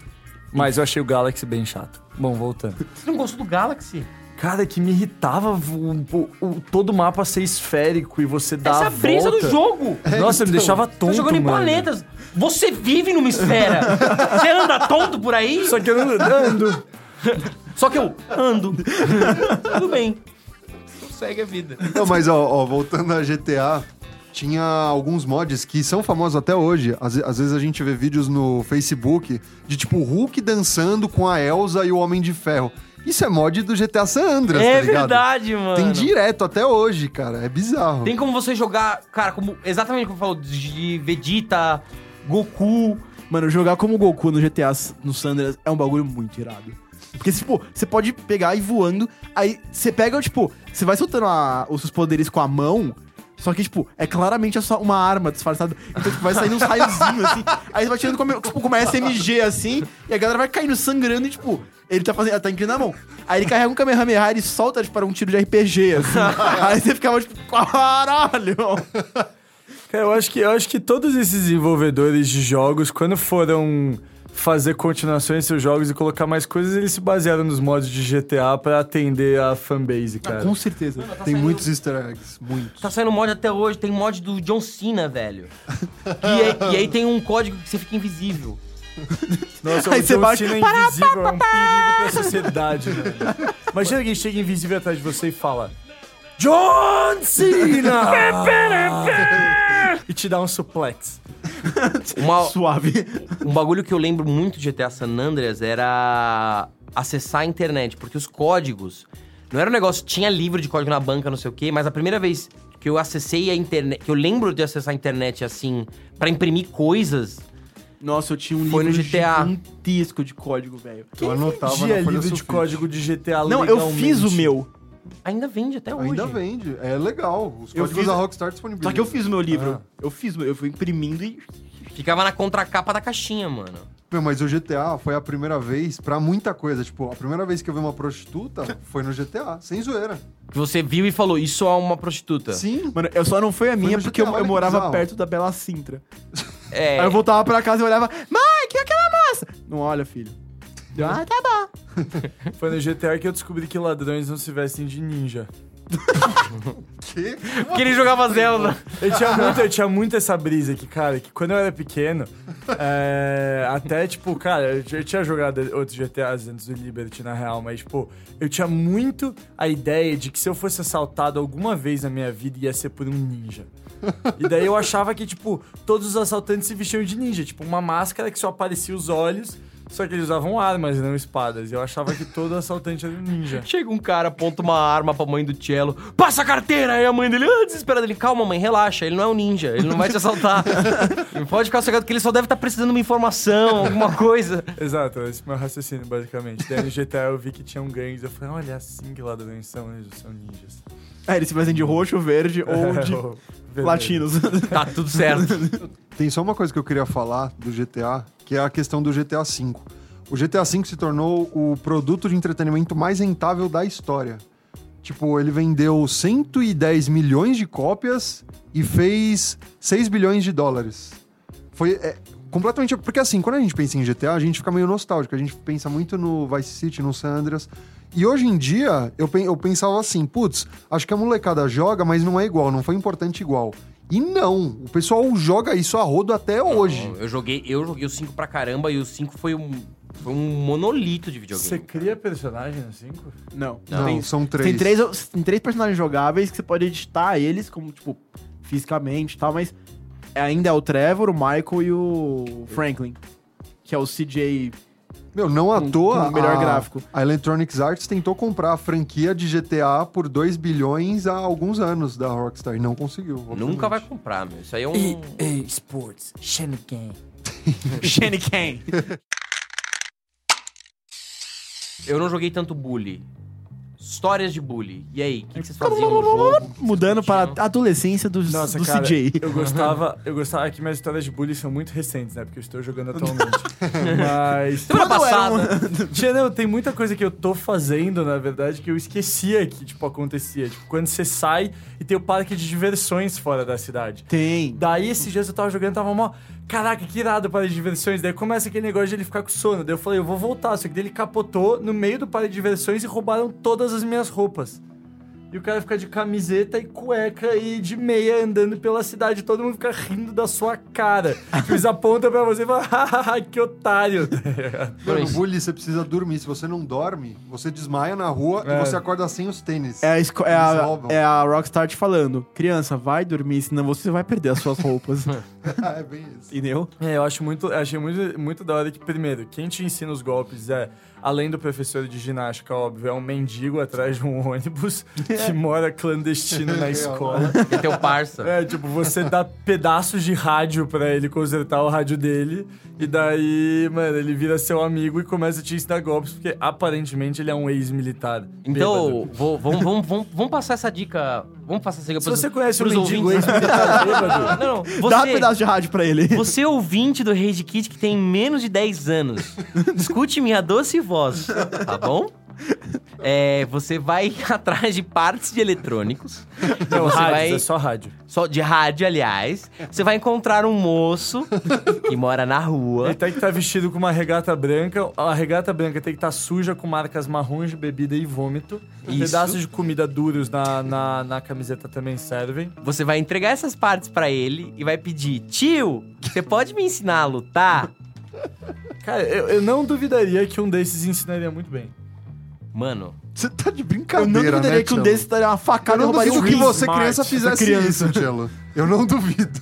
S2: Mas eu achei o Galaxy bem chato. Bom, voltando.
S5: Você não gostou do Galaxy?
S2: Cara, que me irritava o, o- o- todo o mapa ser esférico e você dar
S5: Essa é
S2: a
S5: a brisa
S2: volta.
S5: do
S2: *laughs*
S5: jogo!
S2: Nossa, me deixava tonto,
S5: Tá jogando em
S2: mano.
S5: planetas. Você vive numa esfera. Você anda tonto por aí?
S2: Só que eu não ando.
S5: Só que eu *laughs* ando. Tudo bem. Segue a vida.
S4: Tá Não, mas ó, ó, voltando a GTA, tinha alguns mods que são famosos até hoje. Às, às vezes a gente vê vídeos no Facebook de tipo o Hulk dançando com a Elsa e o Homem de Ferro. Isso é mod do GTA San Andreas,
S5: É
S4: tá ligado?
S5: verdade, mano.
S4: Tem direto até hoje, cara. É bizarro.
S5: Tem como você jogar, cara, como exatamente como falou, de Vegeta, Goku.
S3: Mano, jogar como Goku no GTA S- no Sandras é um bagulho muito irado. Porque, tipo, você pode pegar e ir voando, aí você pega, tipo, você vai soltando a- os seus poderes com a mão, só que, tipo, é claramente só uma arma disfarçada. Então, tipo, vai saindo uns raiozinhos, assim. Aí você vai tirando como, tipo, com uma SMG, assim, e a galera vai caindo sangrando e, tipo, ele tá fazendo, tá inclinando a mão. Aí ele carrega um Kamehameha e solta, tipo, para um tiro de RPG, *laughs* assim. aí você ficava, tipo, caralho!
S2: Cara, eu acho que eu acho que todos esses desenvolvedores de jogos, quando foram fazer continuações de seus jogos e colocar mais coisas, eles se basearam nos mods de GTA pra atender a fanbase, cara.
S3: Com certeza.
S4: Tem muitos easter eggs, muitos.
S5: Tá saindo mod até hoje, tem mod do John Cena, velho. E aí, e aí tem um código que você fica invisível.
S2: Nossa,
S3: Aí
S2: o
S3: você
S2: John
S3: bate-
S2: Cena invisível é um perigo pra sociedade,
S3: *laughs*
S2: velho. Imagina alguém chega invisível atrás de você e fala... John
S4: *laughs*
S2: Cena! e te dá um suplex.
S5: Uma,
S3: Suave.
S5: *laughs* um bagulho que eu lembro muito de GTA San Andreas era acessar a internet, porque os códigos. Não era um negócio, tinha livro de código na banca, não sei o quê, mas a primeira vez que eu acessei a internet, que eu lembro de acessar a internet assim, pra imprimir coisas.
S3: Nossa, eu tinha um
S5: Foi no
S3: livro
S5: GTA.
S3: gigantesco de código, velho.
S4: Eu anotava
S2: Dia
S4: na folha
S2: livre de
S4: sulfite.
S2: código de GTA
S3: Não, eu fiz o
S2: legalmente.
S3: meu.
S5: Ainda vende até hoje.
S4: Ainda vende. É legal. Os
S3: Eu
S4: códigos
S3: fiz-
S4: da Rockstar disponíveis.
S3: Só que eu fiz o meu livro.
S2: Ah.
S3: Eu fiz, o meu- eu fui imprimindo e.
S5: Ficava na contracapa da caixinha, mano.
S4: Meu, mas o GTA foi a primeira vez pra muita coisa. Tipo, a primeira vez que eu vi uma prostituta foi no GTA, sem zoeira.
S5: Que você viu e falou, isso é uma prostituta.
S4: Sim.
S3: Mano, eu só não foi a minha
S4: no GTA,
S3: porque eu, eu
S4: olha que
S3: morava
S4: bizarro.
S3: perto da Bela Sintra.
S5: É,
S3: Aí eu voltava pra casa e olhava, mãe, que é aquela moça? Não olha, filho. Eu, ah, tá bom.
S2: Foi no GTA que eu descobri que ladrões não se vestem de ninja.
S4: Que?
S5: porque ele jogava Zelda.
S2: Eu tinha, muito, eu tinha muito essa brisa aqui, cara, que quando eu era pequeno, é, até, tipo, cara, eu, eu tinha jogado outros GTAs antes do Liberty, na real, mas, tipo, eu tinha muito a ideia de que se eu fosse assaltado alguma vez na minha vida, ia ser por um ninja. E daí eu achava que, tipo, todos os assaltantes se vestiam de ninja, tipo, uma máscara que só aparecia os olhos, só que eles usavam armas, não espadas. E eu achava que todo assaltante era um ninja.
S5: Chega um cara, aponta uma arma pra mãe do Cello, passa a carteira, aí a mãe dele, ah, desesperada, ele, calma mãe, relaxa, ele não é um ninja, ele não vai
S2: *laughs*
S5: te assaltar. Ele Pode ficar sossegado que ele só deve estar precisando de uma informação, alguma
S2: *laughs*
S5: coisa.
S2: Exato, esse é o meu raciocínio, basicamente. Daí no GTA eu vi que tinham gangues. Eu falei, olha, é assim que ladrões são, eles são ninjas.
S3: Aí eles se vestem de roxo, verde
S2: *laughs*
S3: ou de
S2: Ou vermelho.
S3: latinos.
S5: Tá tudo certo.
S4: Tem só uma coisa que eu queria falar do GTA, que é a questão do GTA V. O GTA V se tornou o produto de entretenimento mais rentável da história. Tipo, ele vendeu 110 milhões de cópias e fez 6 bilhões de dólares. Foi é, completamente. Porque assim, quando a gente pensa em GTA, a gente fica meio nostálgico. A gente pensa muito no Vice City, no San Andreas. E hoje em dia, eu, pen- eu pensava assim: putz, acho que a molecada joga, mas não é igual, não foi importante igual. E não, o pessoal joga isso a rodo até hoje.
S5: Eu joguei, eu joguei o 5 pra caramba e o 5 foi um, foi um monolito de videogame.
S2: Você cria personagem no 5?
S3: Não.
S4: Não,
S3: Tem,
S4: são três.
S3: tem três. Tem três personagens jogáveis que você pode editar eles, como, tipo, fisicamente e tal, mas ainda é o Trevor, o Michael e o Franklin. Que é o CJ
S4: Meu, não à
S3: Com-
S4: toa.
S3: com o melhor
S4: a,
S3: gráfico.
S4: A Electronics Arts tentou comprar a franquia de GTA por 2 bilhões há alguns anos da Rockstar e não conseguiu. um
S5: Nunca
S4: obviamente.
S5: vai comprar, meu. Isso aí é um.
S2: Sports, Shenigan.
S3: Shane Kane.
S5: Eu não joguei tanto bully. Histórias de bully. E aí, o que, que vocês
S2: *laughs*
S5: faziam no jogo?
S3: Mudando para a adolescência do,
S2: Nossa,
S3: do
S2: cara,
S3: CJ.
S2: eu gostava, eu gostava que minhas histórias de bullying são muito recentes, né? Porque eu estou jogando atualmente. Mas...
S5: Semana
S3: Quando eu era um-
S5: passada.
S2: *laughs* Tia, não, tem muita coisa que eu tô fazendo, na verdade, que eu esquecia que, tipo, acontecia. Tipo, quando você sai e tem o parque de diversões fora da cidade.
S3: Tem.
S2: Daí esses dias eu tava jogando, tava mó. Caraca, que irado para de diversões. Daí começa aquele negócio de ele ficar com sono. Daí eu falei, eu vou voltar. Só que daí ele capotou no meio do parque de diversões e roubaram todas as minhas roupas. E o cara fica de camiseta e cueca e de meia andando pela cidade. Todo mundo fica rindo da sua cara. Eles apontam pra você e *laughs* falam, hahaha, que otário. tá ligado?
S4: Mano,
S5: Pois.
S4: bullying você precisa dormir. Se você não dorme, você desmaia na rua e
S2: É.
S4: você acorda sem os tênis.
S3: É a, esco- é,
S4: Eles
S3: a,
S4: roubam.
S3: é a Rockstar te falando, criança, vai dormir, senão você vai perder as
S4: *laughs*
S3: suas roupas. *laughs*
S4: Ah, *laughs* é bem isso.
S3: Entendeu?
S2: É, eu acho muito, eu achei muito, muito da hora que, primeiro, quem te ensina os golpes é, além do professor de ginástica, óbvio, é um mendigo atrás de um *laughs* ônibus que mora clandestino na escola.
S5: E teu parça.
S2: É, tipo, você dá pedaços de rádio pra ele consertar o rádio dele, e daí, mano, ele vira seu amigo e começa a te ensinar golpes, porque aparentemente ele é um ex-militar. bêbado.
S5: Então, vou- vamos, vamos, vamos, vamos passar essa dica. Vamos passar essa dica
S2: Se
S5: pros-
S2: você conhece um
S5: pros
S2: mendigo
S5: ouvintes.
S2: ex-militar bêbado,
S5: *laughs* Não, não,
S3: Dá um
S5: você,
S3: pedaço de rádio pra ele.
S5: você ouvinte do Rage Kit que tem menos de 10 anos, escute minha doce voz, tá bom? É, você vai *laughs* atrás de partes de eletrônicos.
S2: não,
S5: então, você
S2: rádios,
S5: vai-
S2: é só rádio.
S5: Só de rádio, aliás. Você vai encontrar um moço que mora na
S2: Ele
S5: rua.
S2: tem que estar vestido com uma regata branca. A regata branca tem que estar suja com marcas marrons de bebida e vômito.
S5: Isso.
S2: Pedaços de comida duros na, na, na camiseta também servem.
S5: Você vai entregar essas partes pra ele e vai pedir: Tio, você pode me ensinar a lutar?
S2: Cara, eu, eu não duvidaria que um desses ensinaria muito bem.
S5: Mano,
S4: Você tá de
S3: Eu
S4: brincadeira,
S3: não duvidaria
S4: né,
S3: que um
S4: Tchelo?
S3: desses daria uma
S4: Eu
S3: facada
S4: não
S3: no barulho
S4: duvido que você,
S2: smart,
S4: criança,
S2: essa
S4: fizesse
S3: criança.
S4: isso, Tchelo. Eu não duvido.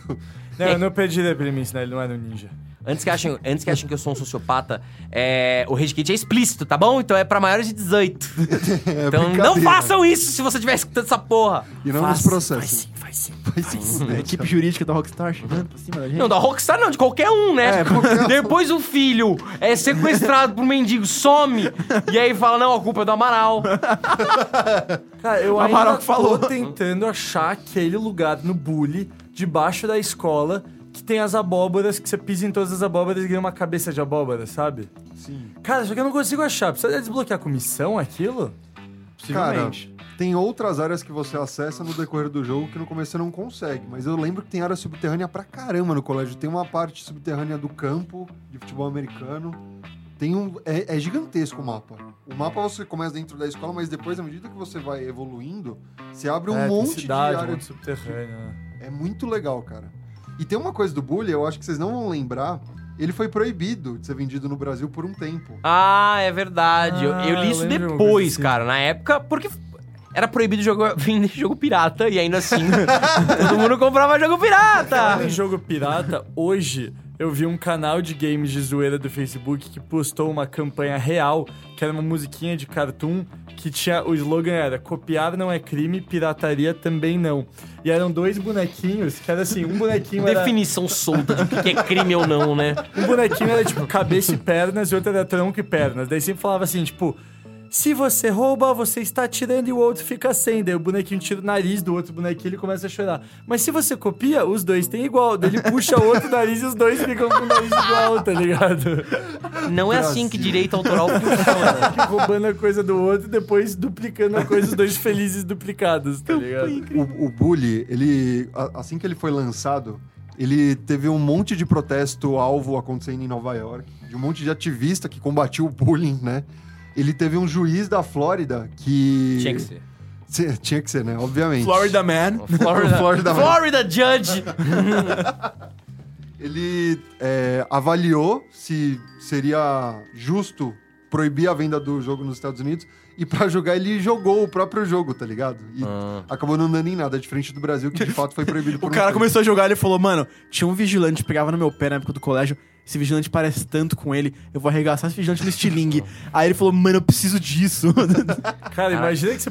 S2: Não, eu não pediria pra ele me ensinar, ele não era um ninja.
S5: Antes que achem, antes que, achem que eu sou um sociopata, é, o Rage Kit é explícito, tá bom? Então é pra maiores
S2: *laughs*
S5: de 18.
S4: É
S5: então não
S4: brincadeira.
S5: façam isso se você estiver escutando essa porra.
S4: E não nos processos.
S2: faz sim.
S3: É A equipe jurídica da Rockstar chegando pra cima da gente.
S5: Não, da Rockstar não, de qualquer um, né?
S3: É,
S5: *laughs* Depois o filho é sequestrado por um mendigo, some, e aí fala, não, a culpa é do Amaral.
S2: Cara, eu ainda
S3: Amaral
S2: tô
S3: que falou.
S2: tentando achar aquele lugar no bully, debaixo da escola, que tem as abóboras, que você pisa em todas as abóboras e ganha uma cabeça de abóbora, sabe?
S4: Sim.
S2: Cara, só que eu não consigo achar. Precisa desbloquear a comissão, aquilo?
S4: Cara,
S3: Possivelmente.
S4: tem outras áreas que você acessa no decorrer do jogo que no começo você não consegue. Mas eu lembro que tem área subterrânea pra caramba no colégio. Tem uma parte subterrânea do campo de futebol americano. Tem um. É, é gigantesco o mapa. O mapa você começa dentro da escola, mas depois, à medida que você vai evoluindo, você abre um
S2: É, tem
S4: monte
S2: cidade,
S4: de área.
S2: monte subterrâneo. né?
S4: É muito legal, cara. E tem uma coisa do Bully, eu acho que vocês não vão lembrar. Ele foi proibido de ser vendido no Brasil por um tempo.
S5: Ah, é verdade. Eu-
S2: Ah,
S5: eu, li isso
S2: eu lembro de uma coisa
S5: depois,
S2: assim.
S5: cara, na época, porque era proibido jogo, *laughs* vender jogo pirata, e ainda assim, *laughs* todo mundo comprava jogo
S4: Ah,
S5: pirata.
S2: Em jogo pirata, hoje eu vi um canal de games de zoeira do Facebook que postou uma campanha real, que era uma musiquinha de cartoon, que tinha. O slogan era: copiar não é crime, pirataria também não. E eram dois bonequinhos, que era assim, um bonequinho era.
S5: Definição solta de o que é crime ou não, né?
S2: Um bonequinho era tipo cabeça e pernas e outro era tronco e pernas. Daí sempre falava assim, tipo. Se você rouba, você está tirando e o outro fica sem. Daí o bonequinho tira o nariz do outro bonequinho e ele começa a chorar. Mas se você copia, os dois têm igual. Daí ele puxa o outro nariz e os dois ficam com o nariz igual, tá ligado?
S5: Não é assim que direito *laughs* autoral funciona.
S2: Roubando a coisa do outro e depois duplicando a coisa, os dois felizes duplicados, tá ligado?
S4: O, o Bully, ele, a- assim que ele foi lançado, ele teve um monte de protesto alvo acontecendo em Nova York, de um monte de ativista que combatia o bullying, né? Ele teve um juiz da Flórida que.
S5: Tinha que ser.
S4: Cê- tinha que ser, né? Obviamente.
S3: Florida Man.
S5: Florida,
S4: Florida-
S5: Florida Judge.
S4: Ele é, avaliou se seria justo proibir a venda do jogo nos Estados Unidos e pra jogar ele jogou o próprio jogo, tá ligado? E
S5: Ah.
S4: acabou não dando em nada, diferente do Brasil que de fato foi proibido por
S3: O
S4: um
S3: cara
S4: tempo.
S3: começou a jogar, ele falou, mano, tinha um vigilante que pegava no meu pé na época do colégio. Esse vigilante parece tanto com ele, eu vou arregaçar esse vigilante no estilingue. Aí ele falou, mano, eu preciso disso. *laughs*
S2: Cara, imagina que você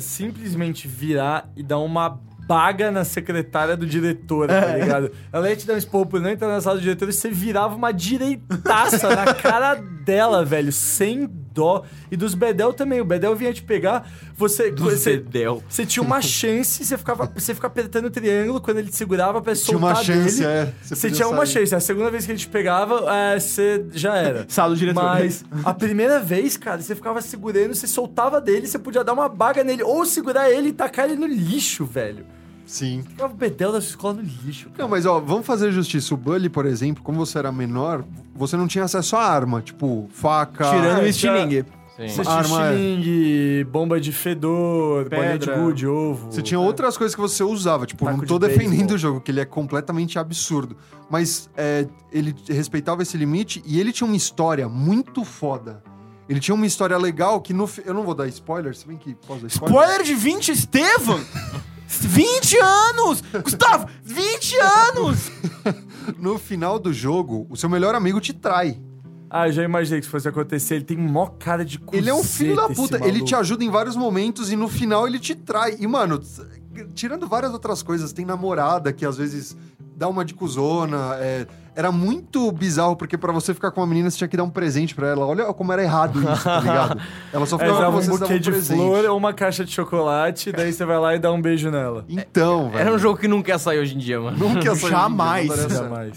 S4: *laughs*
S2: simplesmente virar e dar uma baga na secretária do diretor, tá
S4: É.
S2: ligado? Ela ia te dar um esporro por não entrar na sala do diretor e você virava uma direitaça
S4: *laughs*
S2: na cara dela, velho, sem dó. E dos Bedel também, o Bedel vinha te pegar, você... você...
S5: Bedel.
S2: Você tinha uma chance, você ficava, você ficava apertando o triângulo quando ele te segurava pra
S4: Tinha
S2: soltar
S4: uma chance,
S2: dele.
S4: é. Você
S2: Você,
S4: podia
S2: tinha uma
S4: sair.
S2: chance. A segunda vez que ele te pegava, é, você já
S4: *laughs*
S2: era.
S3: Sala do diretor. *laughs*
S2: Mas a primeira vez, cara, você ficava segurando, você soltava dele, você podia dar uma baga nele, ou segurar ele e tacar ele no lixo, velho.
S4: Sim.
S2: Ficava o bedel da sua escola no lixo, cara.
S4: Não, mas ó, vamos fazer justiça. O Bully, por exemplo, como você era menor, você não tinha acesso a arma, tipo faca.
S3: Tirando o
S2: já-
S3: estilingue.
S5: Sim.
S2: Você
S4: Arma,
S2: tinha estilingue, bomba de fedor, bolinha de
S3: Pedra.
S2: gude, de ovo.
S4: Você tinha outras coisas que você usava, tipo,
S2: Taco
S4: não tô
S2: de
S4: defendendo
S2: beisebol.
S4: o jogo, que ele é completamente absurdo. Mas é, ele respeitava esse limite e ele tinha uma história muito foda. Ele tinha uma história legal que no. fi- Eu não vou dar spoiler, se bem que posso dar spoiler.
S3: Spoiler de 20, Estevam! 20 anos! Gustavo, 20 anos!
S4: No final do jogo, o seu melhor amigo te trai.
S2: Ah, eu já imaginei que isso fosse acontecer. Ele tem mó cara de cuzeta,
S4: Ele é um filho da
S2: esse
S4: puta. Ele
S2: maluco.
S4: te ajuda em vários momentos e no final ele te trai. E, mano, t- tirando várias outras coisas, tem namorada que às vezes dá uma de cuzona. é, Era muito bizarro, porque pra você ficar com uma menina, você tinha que dar um presente pra ela. Olha como era errado isso, tá
S2: *laughs*
S4: ligado? Ela só
S2: É,
S4: ficava com
S2: dava um
S4: você se dava
S2: buquê
S4: um
S2: de
S4: presente.
S2: flor ou uma caixa de chocolate, daí você vai lá e dá um
S4: *laughs*
S2: beijo nela.
S4: Então, velho.
S5: Era um jogo que não quer sair hoje em dia, mano.
S4: Nunca essa-
S3: Jamais.
S4: não daria certo.
S2: Jamais.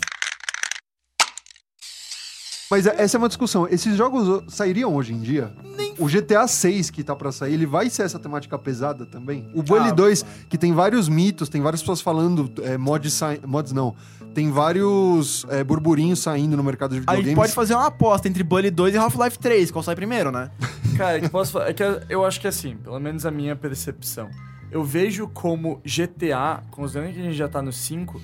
S4: Mas é- essa é uma discussão. Esses jogos o- sairiam hoje em dia? O GTA 6 que tá pra sair, ele vai ser essa temática pesada também? O Bully 2, que tem vários mitos, tem várias pessoas falando, é, mods, sai- mods não, tem vários é, burburinhos saindo no mercado de
S3: A
S4: videogames.
S3: gente pode fazer uma aposta entre Bully 2 e Half-Life 3, qual sai primeiro, né?
S2: Cara, que posso falar? É que eu acho que assim, pelo menos a minha percepção. Eu vejo como GTA, considerando que a gente já tá no 5,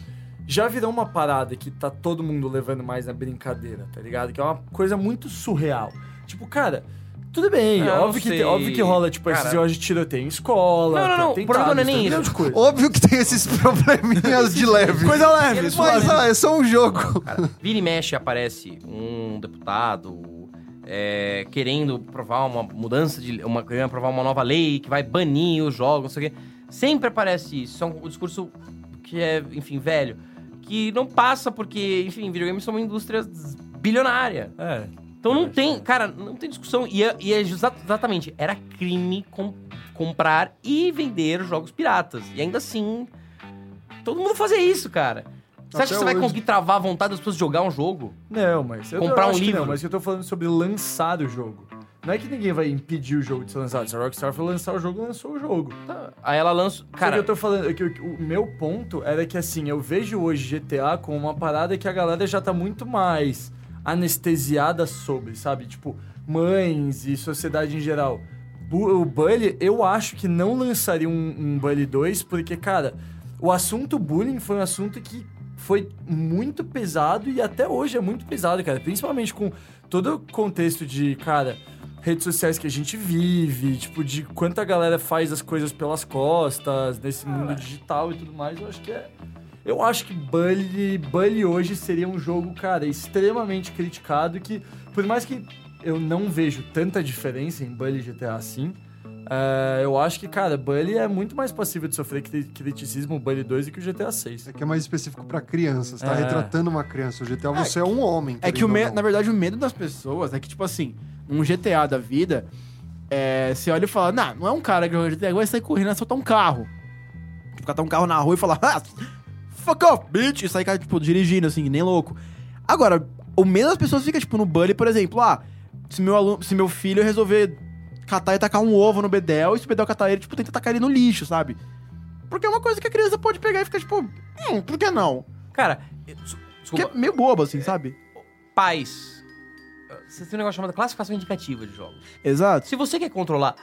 S2: já virou uma parada que tá todo mundo levando mais na brincadeira, tá ligado? Que é uma coisa muito surreal. Tipo, cara, tudo bem,
S5: Ah,
S2: óbvio,
S5: não
S2: que,
S5: sei.
S2: te- óbvio que rola, tipo, esses
S5: Cara-
S2: jogos de tiroteio em escola,
S5: Não, não, não, o problema não é
S2: um
S5: nem isso.
S4: Óbvio que tem esses *laughs* probleminhas de
S3: *laughs*
S4: leve.
S3: Coisa leve,
S5: Ele
S3: isso
S4: Mas ah, é só um jogo.
S5: Vira e mexe aparece um deputado é, querendo provar uma mudança de uma querendo aprovar uma nova lei que vai banir os jogos, não sei o quê. Sempre aparece isso. É um discurso que é, enfim, velho, que não passa porque, enfim, videogames são uma indústria bilionária.
S2: É.
S5: Então não
S2: Eu
S5: tem, cara, não tem discussão. E é, e é exa- exatamente, era crime com- comprar e vender jogos piratas. E ainda assim, todo mundo fazia isso, cara. Você acha
S4: Até
S5: que você vai
S4: hoje.
S5: conseguir travar a vontade das pessoas de jogar um jogo?
S2: Não, mas. Eu
S5: Comprar
S2: eu
S5: um
S2: acho que
S5: livro.
S2: Não, mas eu tô falando sobre lançar o jogo. Não é que ninguém vai impedir o jogo de ser lançado. Se a Rockstar for lançar o jogo, lançou o jogo.
S5: Tá. Aí ela lança.
S2: Cara,
S5: Cara,
S2: eu tô falando é que o- o meu ponto era que assim, eu vejo hoje GTA como uma parada que a galera já tá muito mais anestesiada sobre, sabe? Tipo, mães e sociedade em geral. Bu- O Bully, eu acho que não lançaria um, um Bully 2, porque, cara, o assunto bullying foi um assunto que foi muito pesado e até hoje é muito pesado, cara. Principalmente com todo o contexto de, cara, redes sociais que a gente vive, tipo, de quanta galera faz as coisas pelas costas, nesse mundo digital e tudo mais, eu acho que é. Eu acho que Bully, Bully hoje seria um jogo, cara, extremamente criticado que, por mais que eu não vejo tanta diferença em Bully e GTA assim, é, eu acho que, cara, Bully é muito mais passível de sofrer cri- criticismo o Bully 2 do que o GTA 6.
S4: É que é mais específico pra crianças, tá
S2: É.
S4: retratando uma criança. O GTA você é um homem.
S3: É que, o me-
S4: medo
S3: na verdade, o medo das pessoas é que, tipo assim, um GTA da vida, é, você olha e fala, nah, não é um cara que joga GTA, vai sair correndo, é soltar um carro. Tipo, catar um carro na rua e falar, ah, fuck off, bitch, e sair, cara, tipo, dirigindo, assim, que nem louco. Agora, o medo das pessoas fica, tipo, no bully, por exemplo, ah, se meu, aluno, se meu filho resolver catar e tacar um ovo no Bedel, e se o Bedel catar ele, tipo, tenta tacar ele no lixo, sabe? Porque é uma coisa que a criança pode pegar e ficar, tipo, hum, por que não?
S5: cara, eu- des-
S3: Porque é
S5: desculpa.
S3: meio bobo, assim, sabe?
S5: Pais. Você tem um negócio chamado classificação indicativa de jogos.
S3: é, Exato.
S5: Se você quer controlar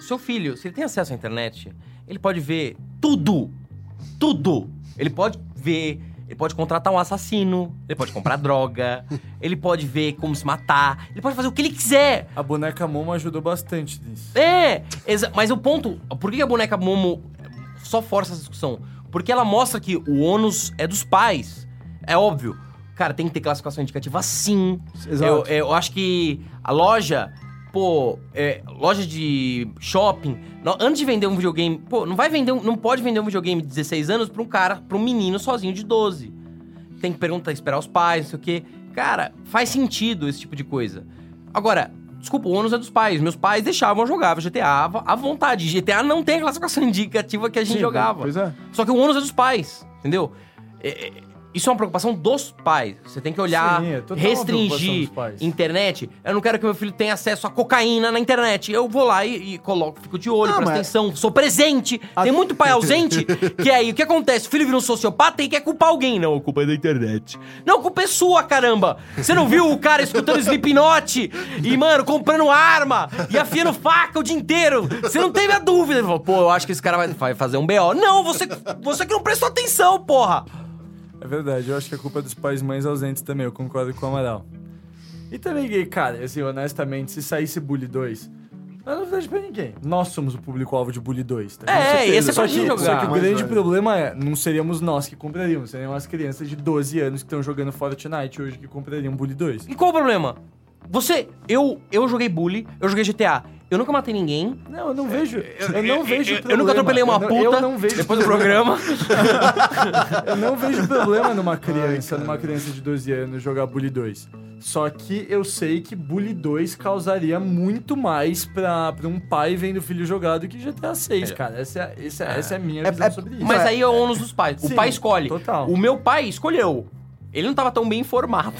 S5: seu filho, se ele tem acesso à internet, ele pode ver tudo. Tudo. Ele pode ver, ele pode contratar um assassino, ele pode comprar droga, *laughs* ele pode ver como se matar, ele pode fazer o que ele quiser.
S2: A boneca Momo ajudou bastante nisso.
S5: É! exa- Mas o ponto. Por que a boneca Momo só força essa discussão? Porque ela mostra que o ônus é dos pais. É óbvio. Cara, tem que ter classificação indicativa sim.
S3: Exato.
S5: Eu, eu acho que a loja, pô, é, loja de shopping, no- antes de vender um videogame, pô, não vai vender, um- não pode vender um videogame de 16 anos pra um cara, pra um menino sozinho de 12. Tem que perguntar, esperar os pais, não sei o quê. Cara, faz sentido esse tipo de coisa. Agora, desculpa, o ônus é dos pais. Meus pais deixavam eu jogar GTA à vontade. GTA não tem a né? classificação indicativa que a gente jogava.
S3: Pois é.
S5: Só que o ônus é dos pais, entendeu? É, é, Isso é uma preocupação dos pais. Você tem que olhar,
S2: Sim, é total uma preocupação
S5: restringir
S2: dos pais.
S5: internet. Eu não quero que meu filho tenha acesso a cocaína na internet. Eu vou lá e, e coloco, fico de olho,
S3: Ah,
S5: presto
S3: mas-
S5: atenção, sou presente. Tem muito
S2: *laughs*
S5: pai ausente que é aí o que acontece? O filho vira um sociopata e quer culpar alguém. Não, a culpa é da internet. Não, a culpa é sua, caramba. Você não viu o cara escutando Slipknot e, mano, comprando arma e afiando faca o dia inteiro. Você não teve a dúvida. Ele falou, Pô, eu acho que esse cara vai- vai fazer um BO. Não, você, você que não prestou atenção, porra.
S2: É verdade, eu acho que a culpa é dos pais e mães ausentes também, eu concordo com o Amaral. E também, que, cara, assim, honestamente, se saísse Bully 2, não é novidade pra ninguém. Nós somos o público-alvo de Bully 2, tá ligado?
S5: É, e esse é
S2: Só
S5: pra
S2: que,
S5: gente
S2: só que o
S5: jogar.
S4: Mas,
S2: grande
S4: velho.
S2: problema é, não seríamos nós que compraríamos, seriam as crianças de 12 anos que estão jogando Fortnite hoje que comprariam Bully 2.
S5: E qual o problema? Você, eu, eu joguei bully, eu joguei GTA. Eu nunca matei ninguém.
S2: Não, eu não vejo. Eu não vejo
S5: É, Eu,
S2: problema.
S5: nunca atropelei uma
S2: Eu não-
S5: puta.
S2: Eu não vejo
S5: depois
S2: *laughs*
S5: do programa.
S2: Eu não vejo problema numa criança, numa criança de 12 anos jogar Bully 2. Só que eu sei que Bully 2 causaria muito mais pra, pra um pai vendo o filho jogar do que GTA 6, cara. Essa é, a- essa, é- essa é a minha visão
S3: é-
S2: sobre isso.
S5: Mas aí é o ônus dos pais. O
S2: Sim,
S5: pai escolhe.
S2: total.
S5: O meu pai escolheu. Ele não tava tão bem informado.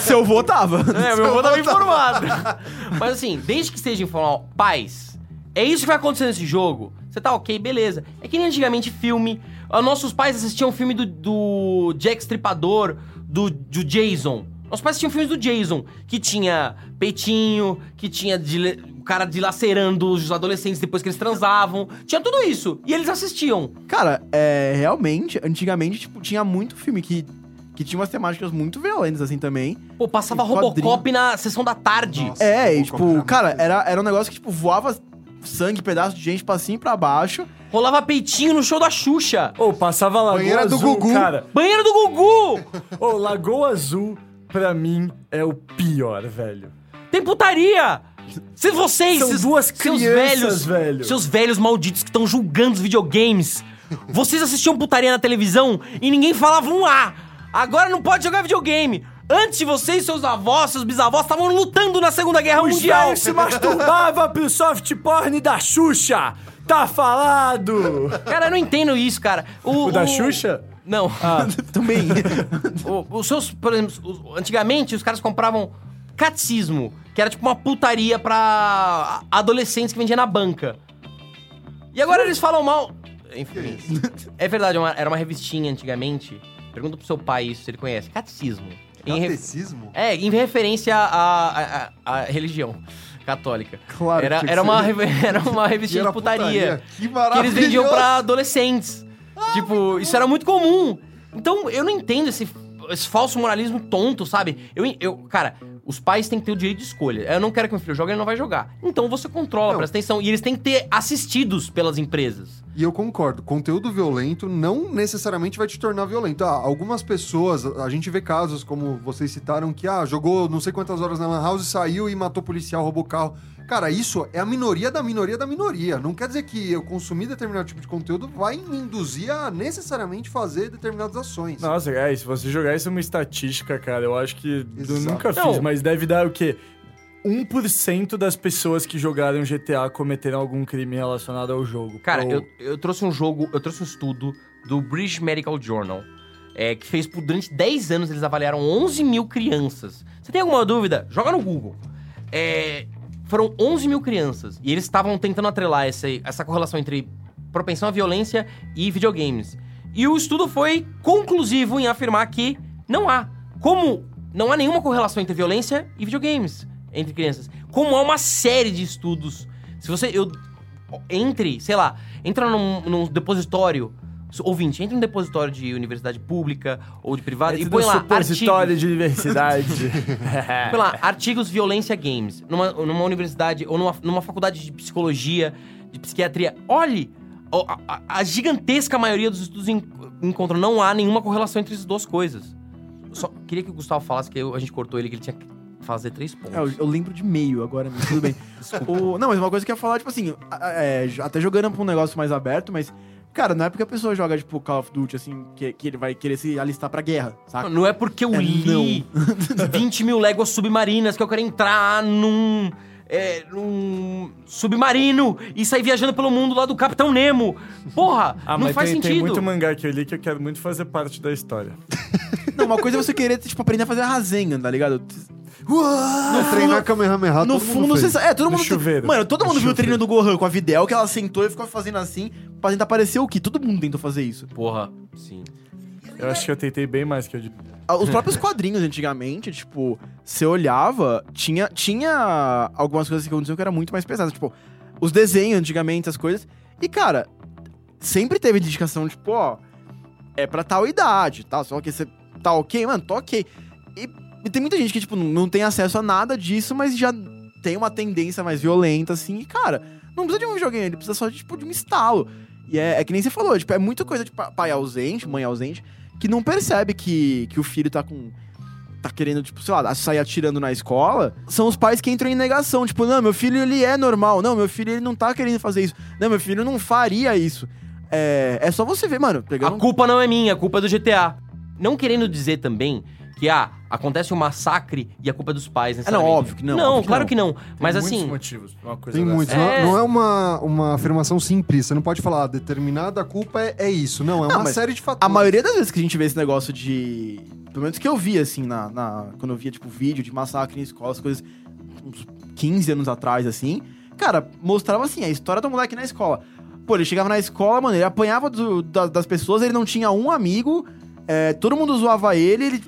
S3: Seu vô tava.
S5: É, meu avô tava informado. *laughs* Mas assim, desde que esteja informal, pais, é isso que vai acontecer nesse jogo. Você tá ok, beleza. É que nem antigamente filme. ah, Nossos pais assistiam filme do, do Jack Stripador, do, do Jason. Nossos pais assistiam filmes do Jason, que tinha peitinho, que tinha dile- o cara dilacerando os adolescentes depois que eles transavam. Tinha tudo isso. E eles assistiam.
S3: Cara, é, realmente, antigamente, tipo, tinha muito filme que, que tinha umas temáticas muito violentas, assim, também.
S5: Pô, passava
S3: E quadrinho.
S5: Robocop na sessão da tarde.
S4: Nossa.
S3: É,
S4: Sim,
S3: e,
S4: vou comprar
S3: tipo, cara,
S4: muito.
S3: era, era um negócio que, tipo, voava sangue, pedaço de gente pra cima e pra baixo.
S5: Rolava peitinho no show da Xuxa.
S2: Ô, passava Lagoa
S4: Banheira do
S2: Azul,
S4: Gugu.
S2: cara.
S5: Banheiro do Gugu!
S2: Ô, Lagoa Azul, pra mim, é o pior, velho.
S5: Tem putaria! Se vocês,
S2: São
S5: seus,
S2: duas
S5: seus
S2: crianças,
S5: velhos,
S2: velho.
S5: seus velhos malditos que estão julgando os videogames, vocês assistiam putaria na televisão e ninguém falava um A. Agora não pode jogar videogame. Antes de vocês, seus avós, seus bisavós estavam lutando na Segunda Guerra
S2: Os
S5: Mundial.
S2: velhos se masturbava pro soft porn da Xuxa. Tá falado.
S5: *laughs* Cara, eu não entendo isso, cara. O,
S2: O da
S5: o-
S2: Xuxa?
S5: Não.
S3: também.
S5: *laughs* O- os seus, por exemplo, os- antigamente os caras compravam catecismo, que era tipo uma putaria pra adolescentes que vendia na banca. E agora eles falam mal. Enfim. É verdade, é uma- era uma revistinha antigamente. Pergunta pro seu pai isso, se ele conhece. Catecismo. Em re-
S4: Catecismo?
S5: É, em referência à, à- à- à religião católica.
S3: Claro que
S5: Era,
S3: tinha que
S5: era, uma,
S3: ser.
S5: re- *laughs* era uma
S4: E
S5: revistinha
S4: era
S5: de putaria
S4: Que
S5: que
S4: maravilhoso.
S5: eles vendiam pra adolescentes. tipo, isso era muito comum. Então, eu não entendo esse, esse falso moralismo tonto, sabe? Eu, eu, cara, os pais têm que ter o direito de escolha. Eu não quero que meu filho jogue, ele não vai jogar. Então você controla,
S4: Não.
S5: presta atenção. E eles têm que ter assistidos pelas empresas.
S4: E eu concordo, conteúdo violento não necessariamente vai te tornar violento. Ah, algumas pessoas, a gente vê casos como vocês citaram, que ah, jogou não sei quantas horas na Lan House, saiu e matou policial, roubou carro. Cara, isso é a minoria da minoria da minoria. Não quer dizer que eu consumir determinado tipo de conteúdo vai me induzir a necessariamente fazer determinadas ações.
S2: Nossa, é, se você jogar isso é uma estatística, cara, eu acho que eu
S4: Exato.
S2: nunca fiz,
S5: Não.
S2: mas deve dar o quê? 1% das pessoas que jogaram GTA cometeram algum crime relacionado ao jogo.
S5: Cara,
S2: Ou- é
S5: eu, eu trouxe um jogo, eu trouxe um estudo do British Medical Journal, é, que fez por durante 10 anos, eles avaliaram 11 mil crianças. Você tem alguma dúvida? Joga no Google. É, foram 11 mil crianças, e eles estavam tentando atrelar essa, essa correlação entre propensão à violência e videogames. E o estudo foi conclusivo em afirmar que não há. Como não há nenhuma correlação entre violência e videogames entre crianças. Como há uma série de estudos. Se você. Eu entre, sei lá, entra num, num depositório. Ouvinte, entra num depositório de universidade pública ou de privada
S2: Esse
S5: e põe
S2: do
S5: lá,
S2: supositório
S5: artigos,
S2: de
S5: *laughs*
S2: universidade.
S5: põe lá artigos violência games numa, numa universidade ou numa, numa faculdade de psicologia, de psiquiatria. Olhe, ó, a, a- a gigantesca maioria dos estudos en- encontram não há nenhuma correlação entre essas duas coisas. Só queria que o Gustavo falasse que eu- a gente cortou ele que ele tinha que fazer três pontos.
S3: É, eu, eu lembro de meio agora, mas tudo bem. O- não, mas uma coisa que eu ia falar, tipo assim, a- a- é, j- até jogando pra um negócio mais aberto, mas, cara, não é porque a pessoa joga, tipo, Call of Duty, assim, que, que ele vai querer se alistar pra guerra, saca?
S5: Não é porque eu
S3: É,
S5: li *laughs* 20 mil léguas submarinas que eu quero entrar num. É, num submarino e sair viajando pelo mundo lá do Capitão Nemo. Porra,
S2: Ah,
S5: não
S2: mas
S5: faz
S2: tem, tem
S5: sentido.
S2: muito mangá que eu li que eu quero muito fazer parte da história.
S3: Não, uma coisa é você querer, tipo, aprender a fazer a Rasengan, tá ligado?
S4: No treinar Kamehameha,
S3: no
S4: todo mundo
S3: fundo,
S4: fez.
S3: você sabe. É, todo
S2: No
S3: mundo.
S2: chuveiro.
S3: Mano, todo
S2: No
S3: mundo viu o treino
S2: chuveiro.
S3: do Gohan com a Videl, que ela sentou e ficou fazendo assim, pra tentar parecer o quê? Todo mundo tentou fazer isso.
S5: Porra, sim.
S2: Eu acho que eu tentei bem mais que eu devia.
S3: Ah, Os próprios quadrinhos antigamente, tipo, você olhava, tinha, tinha algumas coisas que aconteciam que eram muito mais pesadas. Tipo, os desenhos antigamente, as coisas. E, cara, sempre teve dedicação, tipo, ó, é pra tal idade, tá? Só que você tá ok, mano, tá ok. E, e tem muita gente que, tipo, não- não tem acesso a nada disso, mas já tem uma tendência mais violenta, assim. E, cara, não precisa de um videogame, ele precisa só, tipo, de um estalo. E é, é que nem você falou, tipo, é muita coisa de pa- pai ausente, mãe ausente, que não percebe que, que o filho tá com. Tá querendo, tipo, sei lá, sair atirando na escola. São os pais que entram em negação. Tipo, não, meu filho ele é normal. Não, meu filho ele não tá querendo fazer isso. Não, meu filho não faria isso. É, é só você ver, mano.
S5: A
S3: Pegando um
S5: culpa não é minha, a culpa é do GTA. Não querendo dizer também que, ah, acontece um massacre e a culpa é dos pais, né?
S3: É, não, óbvio que não,
S5: Não,
S3: óbvio que
S5: claro
S3: não.
S5: que não. Mas
S2: Tem
S5: assim,
S2: Muitos motivos pra uma coisa
S4: Tem
S2: dessa.
S4: muitos.
S5: É.
S4: Não é- Não é uma, uma afirmação simples. Você não pode falar, ah, determinada culpa é, é isso. Não, é
S3: Não,
S4: uma
S3: mas
S4: série de fatores.
S3: A maioria das vezes que a gente vê esse negócio de. Pelo menos que eu vi, assim, na, na- quando eu via, tipo, vídeo de massacre em escolas, coisas. uns 15 anos atrás, assim. Cara, mostrava, assim, a história do moleque na escola. Pô, ele chegava na escola, mano, ele apanhava do- da- das pessoas, ele não tinha um amigo, é, todo mundo zoava ele, ele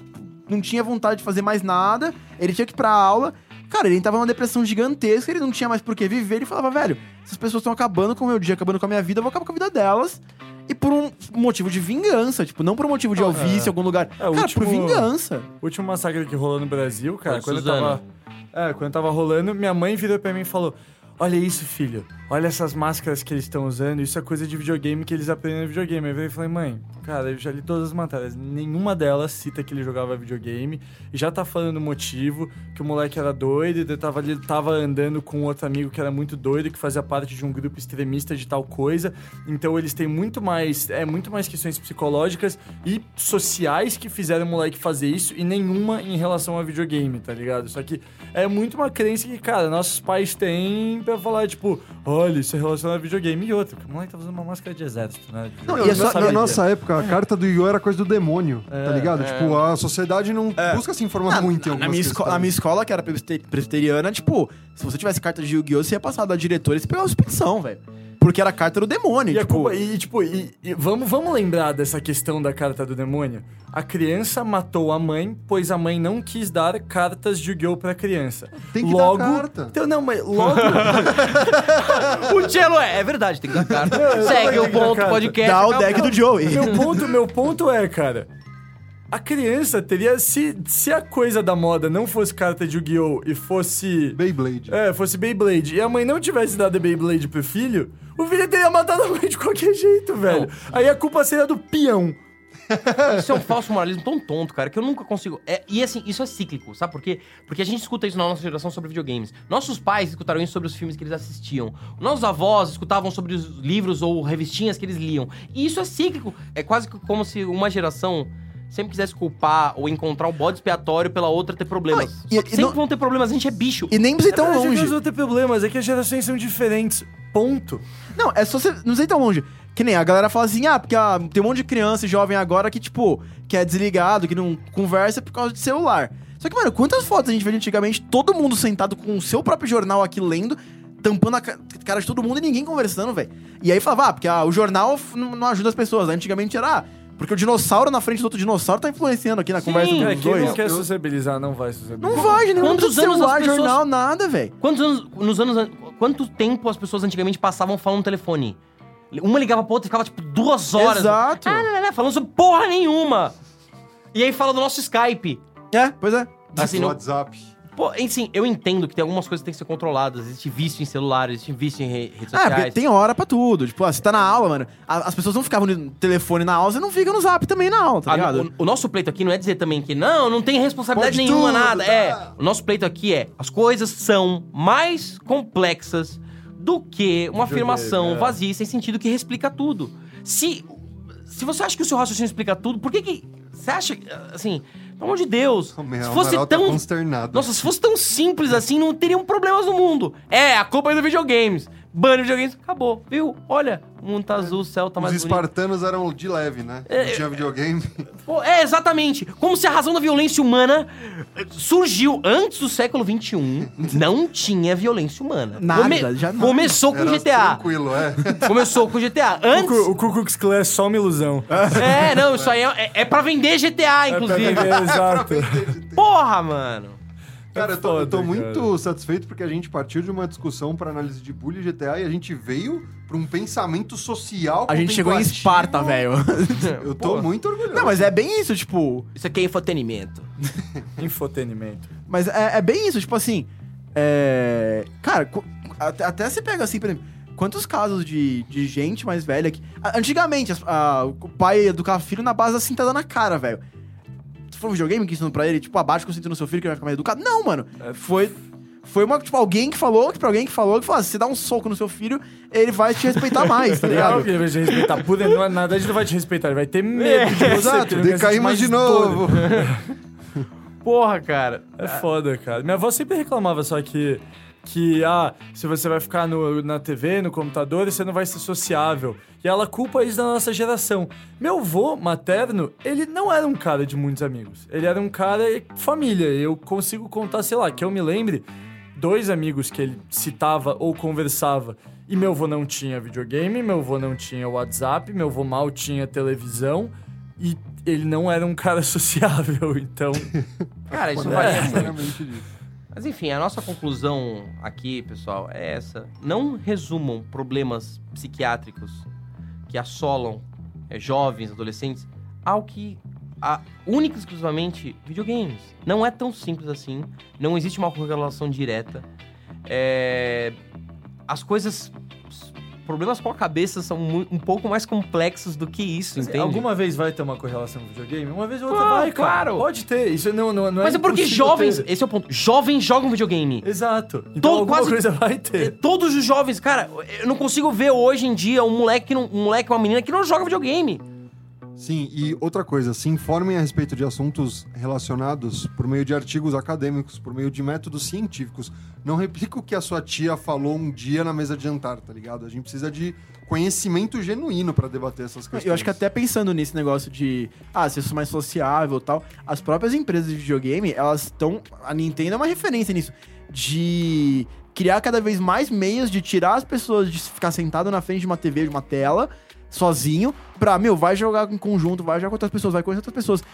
S3: não tinha vontade de fazer mais nada, ele tinha que ir pra aula. Cara, ele tava numa depressão gigantesca, ele não tinha mais por que viver, ele falava, velho, essas pessoas estão acabando com o meu dia, acabando com a minha vida, eu vou acabar com a vida delas. E por um motivo de vingança, tipo, não por um motivo de eu vi isso em algum lugar.
S2: é. o
S3: cara,
S2: último-
S3: por vingança.
S2: O último massacre que rolou no Brasil, cara,
S5: Foi
S2: quando eu
S5: Suzano.
S2: tava. É, quando eu tava rolando, minha mãe virou pra mim e falou: Olha isso, filho. Olha essas máscaras que eles estão usando. Isso é coisa de videogame que eles aprendem no videogame. Aí eu virei e falei, mãe, cara, eu já li todas as matérias. Nenhuma delas cita que ele jogava videogame. E já tá falando o motivo, que o moleque era doido, ele tava, ele tava andando com outro amigo que era muito doido, que fazia parte de um grupo extremista de tal coisa. Então eles têm muito mais. É muito mais questões psicológicas e sociais que fizeram o moleque fazer isso e nenhuma em relação a videogame, tá ligado? Só que é muito uma crença que, cara, nossos pais têm pra falar, tipo, olha, isso é relacionado a videogame e outra. O moleque tá usando uma máscara de exército, né?
S3: Não,
S4: Não,
S3: e
S4: na,
S3: é só-
S4: na
S2: sabia.
S4: nossa época, a carta do Yu era coisa do demônio, tá ligado?
S5: é.
S4: Tipo, a sociedade não busca se informar muito em
S3: Ah,
S4: algumas
S3: na,
S4: tá
S3: minha esco-
S4: questões.
S3: na minha escola, que era presbite- presbiteriana, tipo, se você tivesse carta de Yu-Gi-Oh!, você ia passar da diretora e você pegava suspensão, velho. Porque era carta do demônio,
S2: E, a
S3: tipo.
S2: culpa, e tipo, e, e vamos, vamos lembrar dessa questão da carta do demônio? A criança matou a mãe, pois a mãe não quis dar cartas de Yu-Gi-Oh! pra criança.
S4: Tem que dar
S2: logo,
S4: carta.
S2: Então, não, mas logo.
S4: *laughs*
S5: o Cello é, é verdade, tem que
S3: *laughs*
S5: dar carta.
S2: eu
S5: Segue
S2: tenho
S5: o
S2: que dar
S5: ponto
S2: carta.
S5: podcast.
S3: Dá o
S5: acabou.
S3: deck do Joey.
S2: meu, ponto, meu ponto é, cara. A criança teria. Se, se a coisa da moda não fosse carta de Yu-Gi-Oh! e fosse.
S4: Beyblade.
S2: É, fosse Beyblade e a mãe não tivesse dado a Beyblade pro filho, o filho teria matado a mãe de qualquer jeito, velho. Aí a culpa seria do peão.
S5: Isso é um falso moralismo tão tonto, cara, que eu nunca consigo. É, e assim, isso é cíclico, sabe por quê? Porque a gente escuta isso na nossa geração sobre videogames. Nossos pais escutaram isso sobre os filmes que eles assistiam. Nossos avós escutavam sobre os livros ou revistinhas que eles liam. E isso é cíclico. É quase que como se uma geração sempre quisesse culpar ou encontrar um bode expiatório pela outra ter problemas.
S3: e-
S5: Só que
S3: e
S5: sempre
S3: não-
S5: vão ter problemas, a gente é bicho.
S3: E nem precisa ir tão
S2: Mas é que
S3: longe.
S2: Eles vão ter problemas, é que as gerações são diferentes. Ponto.
S3: Não, é só você. Não sei tão longe. Que nem a galera fala assim, ah, porque ah, tem um monte de criança e jovem agora que, tipo, que é desligado, que não conversa por causa de celular. Só que, mano, quantas fotos a gente vê antigamente, todo mundo sentado com o seu próprio jornal aqui lendo, tampando a ca- cara de todo mundo e ninguém conversando, velho. E aí falava, ah, porque ah, o jornal f- não não ajuda as pessoas. né? Antigamente era, ah, porque o dinossauro na frente do outro dinossauro tá influenciando aqui na conversa
S5: Cara,
S2: Cara,
S3: dos
S2: quem
S3: dois.
S2: não quer sociabilizar não vai sociabilizar.
S3: Não vai, gente, não
S5: Quantos
S3: precisa de
S5: anos as
S3: celular,
S5: pessoas-
S3: jornal, nada, velho.
S5: Quantos anos, nos anos, an- quanto tempo as pessoas antigamente passavam falando no telefone? Uma ligava pra outra e ficava, tipo, duas horas.
S3: Exato.
S5: Ah, lá, lá, lá, falando sobre porra nenhuma. E aí fala do nosso Skype.
S3: É, pois é.
S5: Assim,
S4: no
S5: não-
S4: WhatsApp.
S5: Pô, enfim, eu entendo que tem algumas coisas que tem que ser controladas. Existe vício em celular, existe vício em re- redes
S3: Ah, porque
S5: sociais.
S3: tem hora pra tudo. Tipo, ah, você tá na aula, mano. a- As pessoas não ficavam no telefone na aula, você não fica no zap também na aula, tá
S5: Ah,
S3: ligado?
S5: o, o nosso pleito aqui não é dizer também que não, não tem responsabilidade
S4: Pode
S5: nenhuma,
S4: tudo,
S5: nada.
S4: tá?
S5: É, o nosso pleito aqui é: as coisas são mais complexas do que uma afirmação
S2: é.
S5: vazia e sem sentido que explica tudo. Se, se você acha que o seu raciocínio explica tudo, por que que. Você acha. Assim. Pelo amor de Deus.
S4: O meu
S5: Se fosse
S4: Amaral tá
S5: tão.
S4: consternado.
S5: Nossa, se fosse tão simples assim, não teriam problemas no mundo. É, a culpa é do videogames. Bane videogames, acabou. Viu? Olha, o mundo tá azul, o céu
S4: É.
S5: tá
S4: Os
S5: mais bonito.
S4: espartanos eram de leve, né? Não tinha videogame.
S5: Pô, É, exatamente. Como se a razão da violência humana eh, surgiu antes do século XXI, não tinha violência humana.
S3: Nada, já nada.
S5: Começou com
S4: Era
S5: GTA. *laughs*
S4: tranquilo, é. *laughs*
S5: Começou com GTA.
S2: O
S5: Antes.
S2: Ku- O Ku Klux Klan é só uma ilusão.
S5: *laughs* É, não, isso aí é, é, é pra vender GTA, inclusive.
S2: *laughs* É Exato.
S5: Porra, mano.
S4: Cara, eu tô, eu tô
S2: Foda,
S4: muito
S2: cara.
S4: satisfeito porque a gente partiu de uma discussão pra análise de bullying e GTA e a gente veio pra um pensamento social
S3: A gente chegou em
S4: contemplativo.
S3: Esparta, velho. *laughs*
S4: Eu tô muito orgulhoso.
S3: Não, mas é bem isso, tipo.
S5: Isso aqui é infotenimento.
S2: Infotenimento.
S3: Mas é, é bem isso, tipo assim. É. Cara, qu- até, até você pega assim, por exemplo, quantos casos de, de gente mais velha que. a- Antigamente, as- a- o pai ia educar filho na base da cintada na cara, velho. Foi um videogame que ensinou pra ele, tipo, abaixa com o cinto no seu filho que ele vai ficar mais educado. Não, mano.
S2: É,
S3: Foi. Foi uma, tipo, alguém que falou, que pra alguém que falou, que falou, "Ah, se você dá um soco no seu filho, ele vai te respeitar mais, tá
S2: Não,
S3: ligado?
S2: *laughs* ele vai te respeitar. Puta, não é nada, a gente não vai te respeitar. Ele vai ter medo de você. que
S4: Exato,
S2: ele vai sentir
S4: decaímos
S2: mais
S4: de
S2: dor.
S4: novo. *laughs*
S5: Porra, cara.
S2: É foda, cara. Minha avó sempre reclamava só que. Que, ah, se você vai ficar no- na TV, no computador, você não vai ser sociável. E ela culpa isso da nossa geração. Meu avô materno, ele não era um cara de muitos amigos. Ele era um cara família. Eu consigo contar, sei lá, que eu me lembre, dois amigos que ele citava ou conversava. E meu avô não tinha videogame, meu avô não tinha WhatsApp, meu avô mal tinha televisão. E ele não era um cara *laughs* sociável, então.
S5: Cara, isso
S4: Mano,
S5: varia
S4: é
S5: muito.
S4: sinceramente disso.
S5: Mas enfim, a nossa conclusão aqui, pessoal, é essa. Não resumam problemas psiquiátricos que assolam é, jovens, adolescentes, ao que a, única e exclusivamente videogames. Não é tão simples assim. Não existe uma correlação direta. É, as coisas. os Problemas com a cabeça são mu- um pouco mais complexos do que isso,
S2: Assim,
S5: entende?
S2: Alguma vez vai ter uma correlação com videogame? Uma vez ou outra
S5: Claro,
S2: vai, cara.
S5: claro.
S2: Pode ter, isso não, não, não
S5: Mas é porque
S2: impossível
S5: jovens.
S2: ter.
S5: Esse é o ponto. Jovens jogam videogame.
S2: Exato. Então
S5: Todo-
S2: alguma
S5: quase-
S2: coisa vai
S5: É,
S2: ter.
S5: Todos os jovens, cara, eu não consigo ver hoje em dia um moleque, que não- um moleque, uma menina que não joga videogame.
S4: Sim, e outra coisa, se informem a respeito de assuntos relacionados por meio de artigos acadêmicos, por meio de métodos científicos. Não replica o que a sua tia falou um dia na mesa de jantar, tá ligado? A gente precisa de conhecimento genuíno pra debater essas questões.
S3: Eu acho que até pensando nesse negócio de ah, ser mais sociável e tal, as próprias empresas de videogame, elas estão. A Nintendo é uma referência nisso. De criar cada vez mais meios de tirar as pessoas de ficar sentado na frente de uma TV, de uma tela, sozinho, pra, meu, vai jogar em conjunto, vai jogar com outras pessoas, vai conhecer outras pessoas.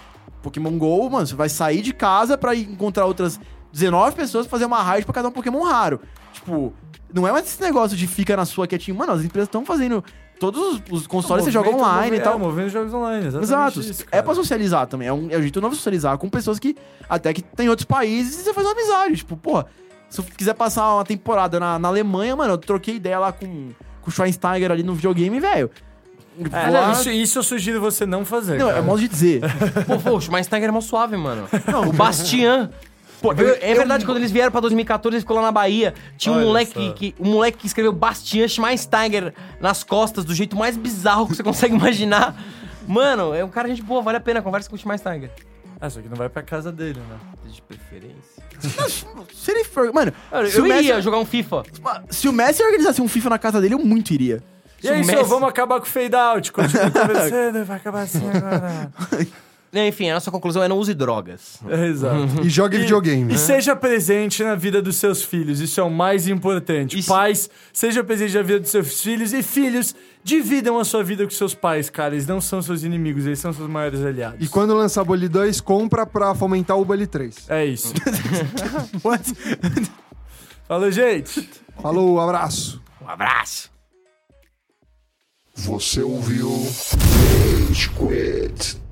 S3: Pokémon GO, mano, você vai sair de casa pra ir encontrar outras 19 pessoas, fazer uma raid pra cada um Pokémon raro. Tipo, não é mais esse negócio de fica na sua quietinho. Mano, as empresas estão fazendo. Todos os, os consoles você joga
S2: Movimento-
S3: online
S2: é,
S3: e tal.
S2: Movendo jogos online, exatamente
S3: Exato.
S2: isso, cara.
S3: é pra socializar também. É um, é um jeito novo de socializar com pessoas que até que tem outros países e você faz uma amizade. Tipo, porra, se eu quiser passar uma temporada na, na Alemanha, mano, eu troquei ideia lá com, com o Schweinsteiger ali no videogame, velho.
S2: É,
S3: Lá-
S2: não, isso, isso eu sugiro você não fazer.
S3: Não, é
S2: cara.
S3: modo de dizer. *laughs*
S5: Pô, poxa, mas Tiger é mó suave, mano.
S3: Não,
S5: O Bastian. Pô,
S3: eu-
S5: é verdade, quando eles vieram pra 2014, eles ficou lá na Bahia. Tinha um
S2: Olha
S5: moleque
S2: só.
S5: que, um moleque que escreveu Bastian Schweinsteiger nas costas, do jeito mais bizarro que você *laughs* consegue imaginar. Mano, é um cara gente boa, vale a pena, conversa com o Schweinsteiger.
S2: Ah, só que não vai pra casa dele, né?
S5: De preferência.
S3: se ele for. Mano,
S5: Cara,
S3: se,
S5: eu
S3: o Messi,
S5: iria jogar um FIFA.
S3: se o Messi organizasse um FIFA na casa dele, eu muito iria.
S2: E é
S5: o
S2: isso,
S5: Messi-
S2: vamos acabar com o fade out. Continua conversando, vai acabar assim agora.
S5: Enfim, a nossa conclusão é não use drogas.
S2: É, exato.
S4: E jogue videogame. né?
S2: E seja presente na vida dos seus filhos, isso é o mais importante.
S5: Isso.
S2: Pais, seja presente na vida dos seus filhos e filhos, dividam a sua vida com seus pais, cara. Eles não são seus inimigos, eles são seus maiores aliados.
S4: E quando lançar Bully 2, compra pra fomentar o Bully 3.
S2: É
S4: *laughs*
S2: isso. Falou, gente.
S4: Falou, abraço.
S5: Um abraço.
S1: Você ouviu? Rage Quit.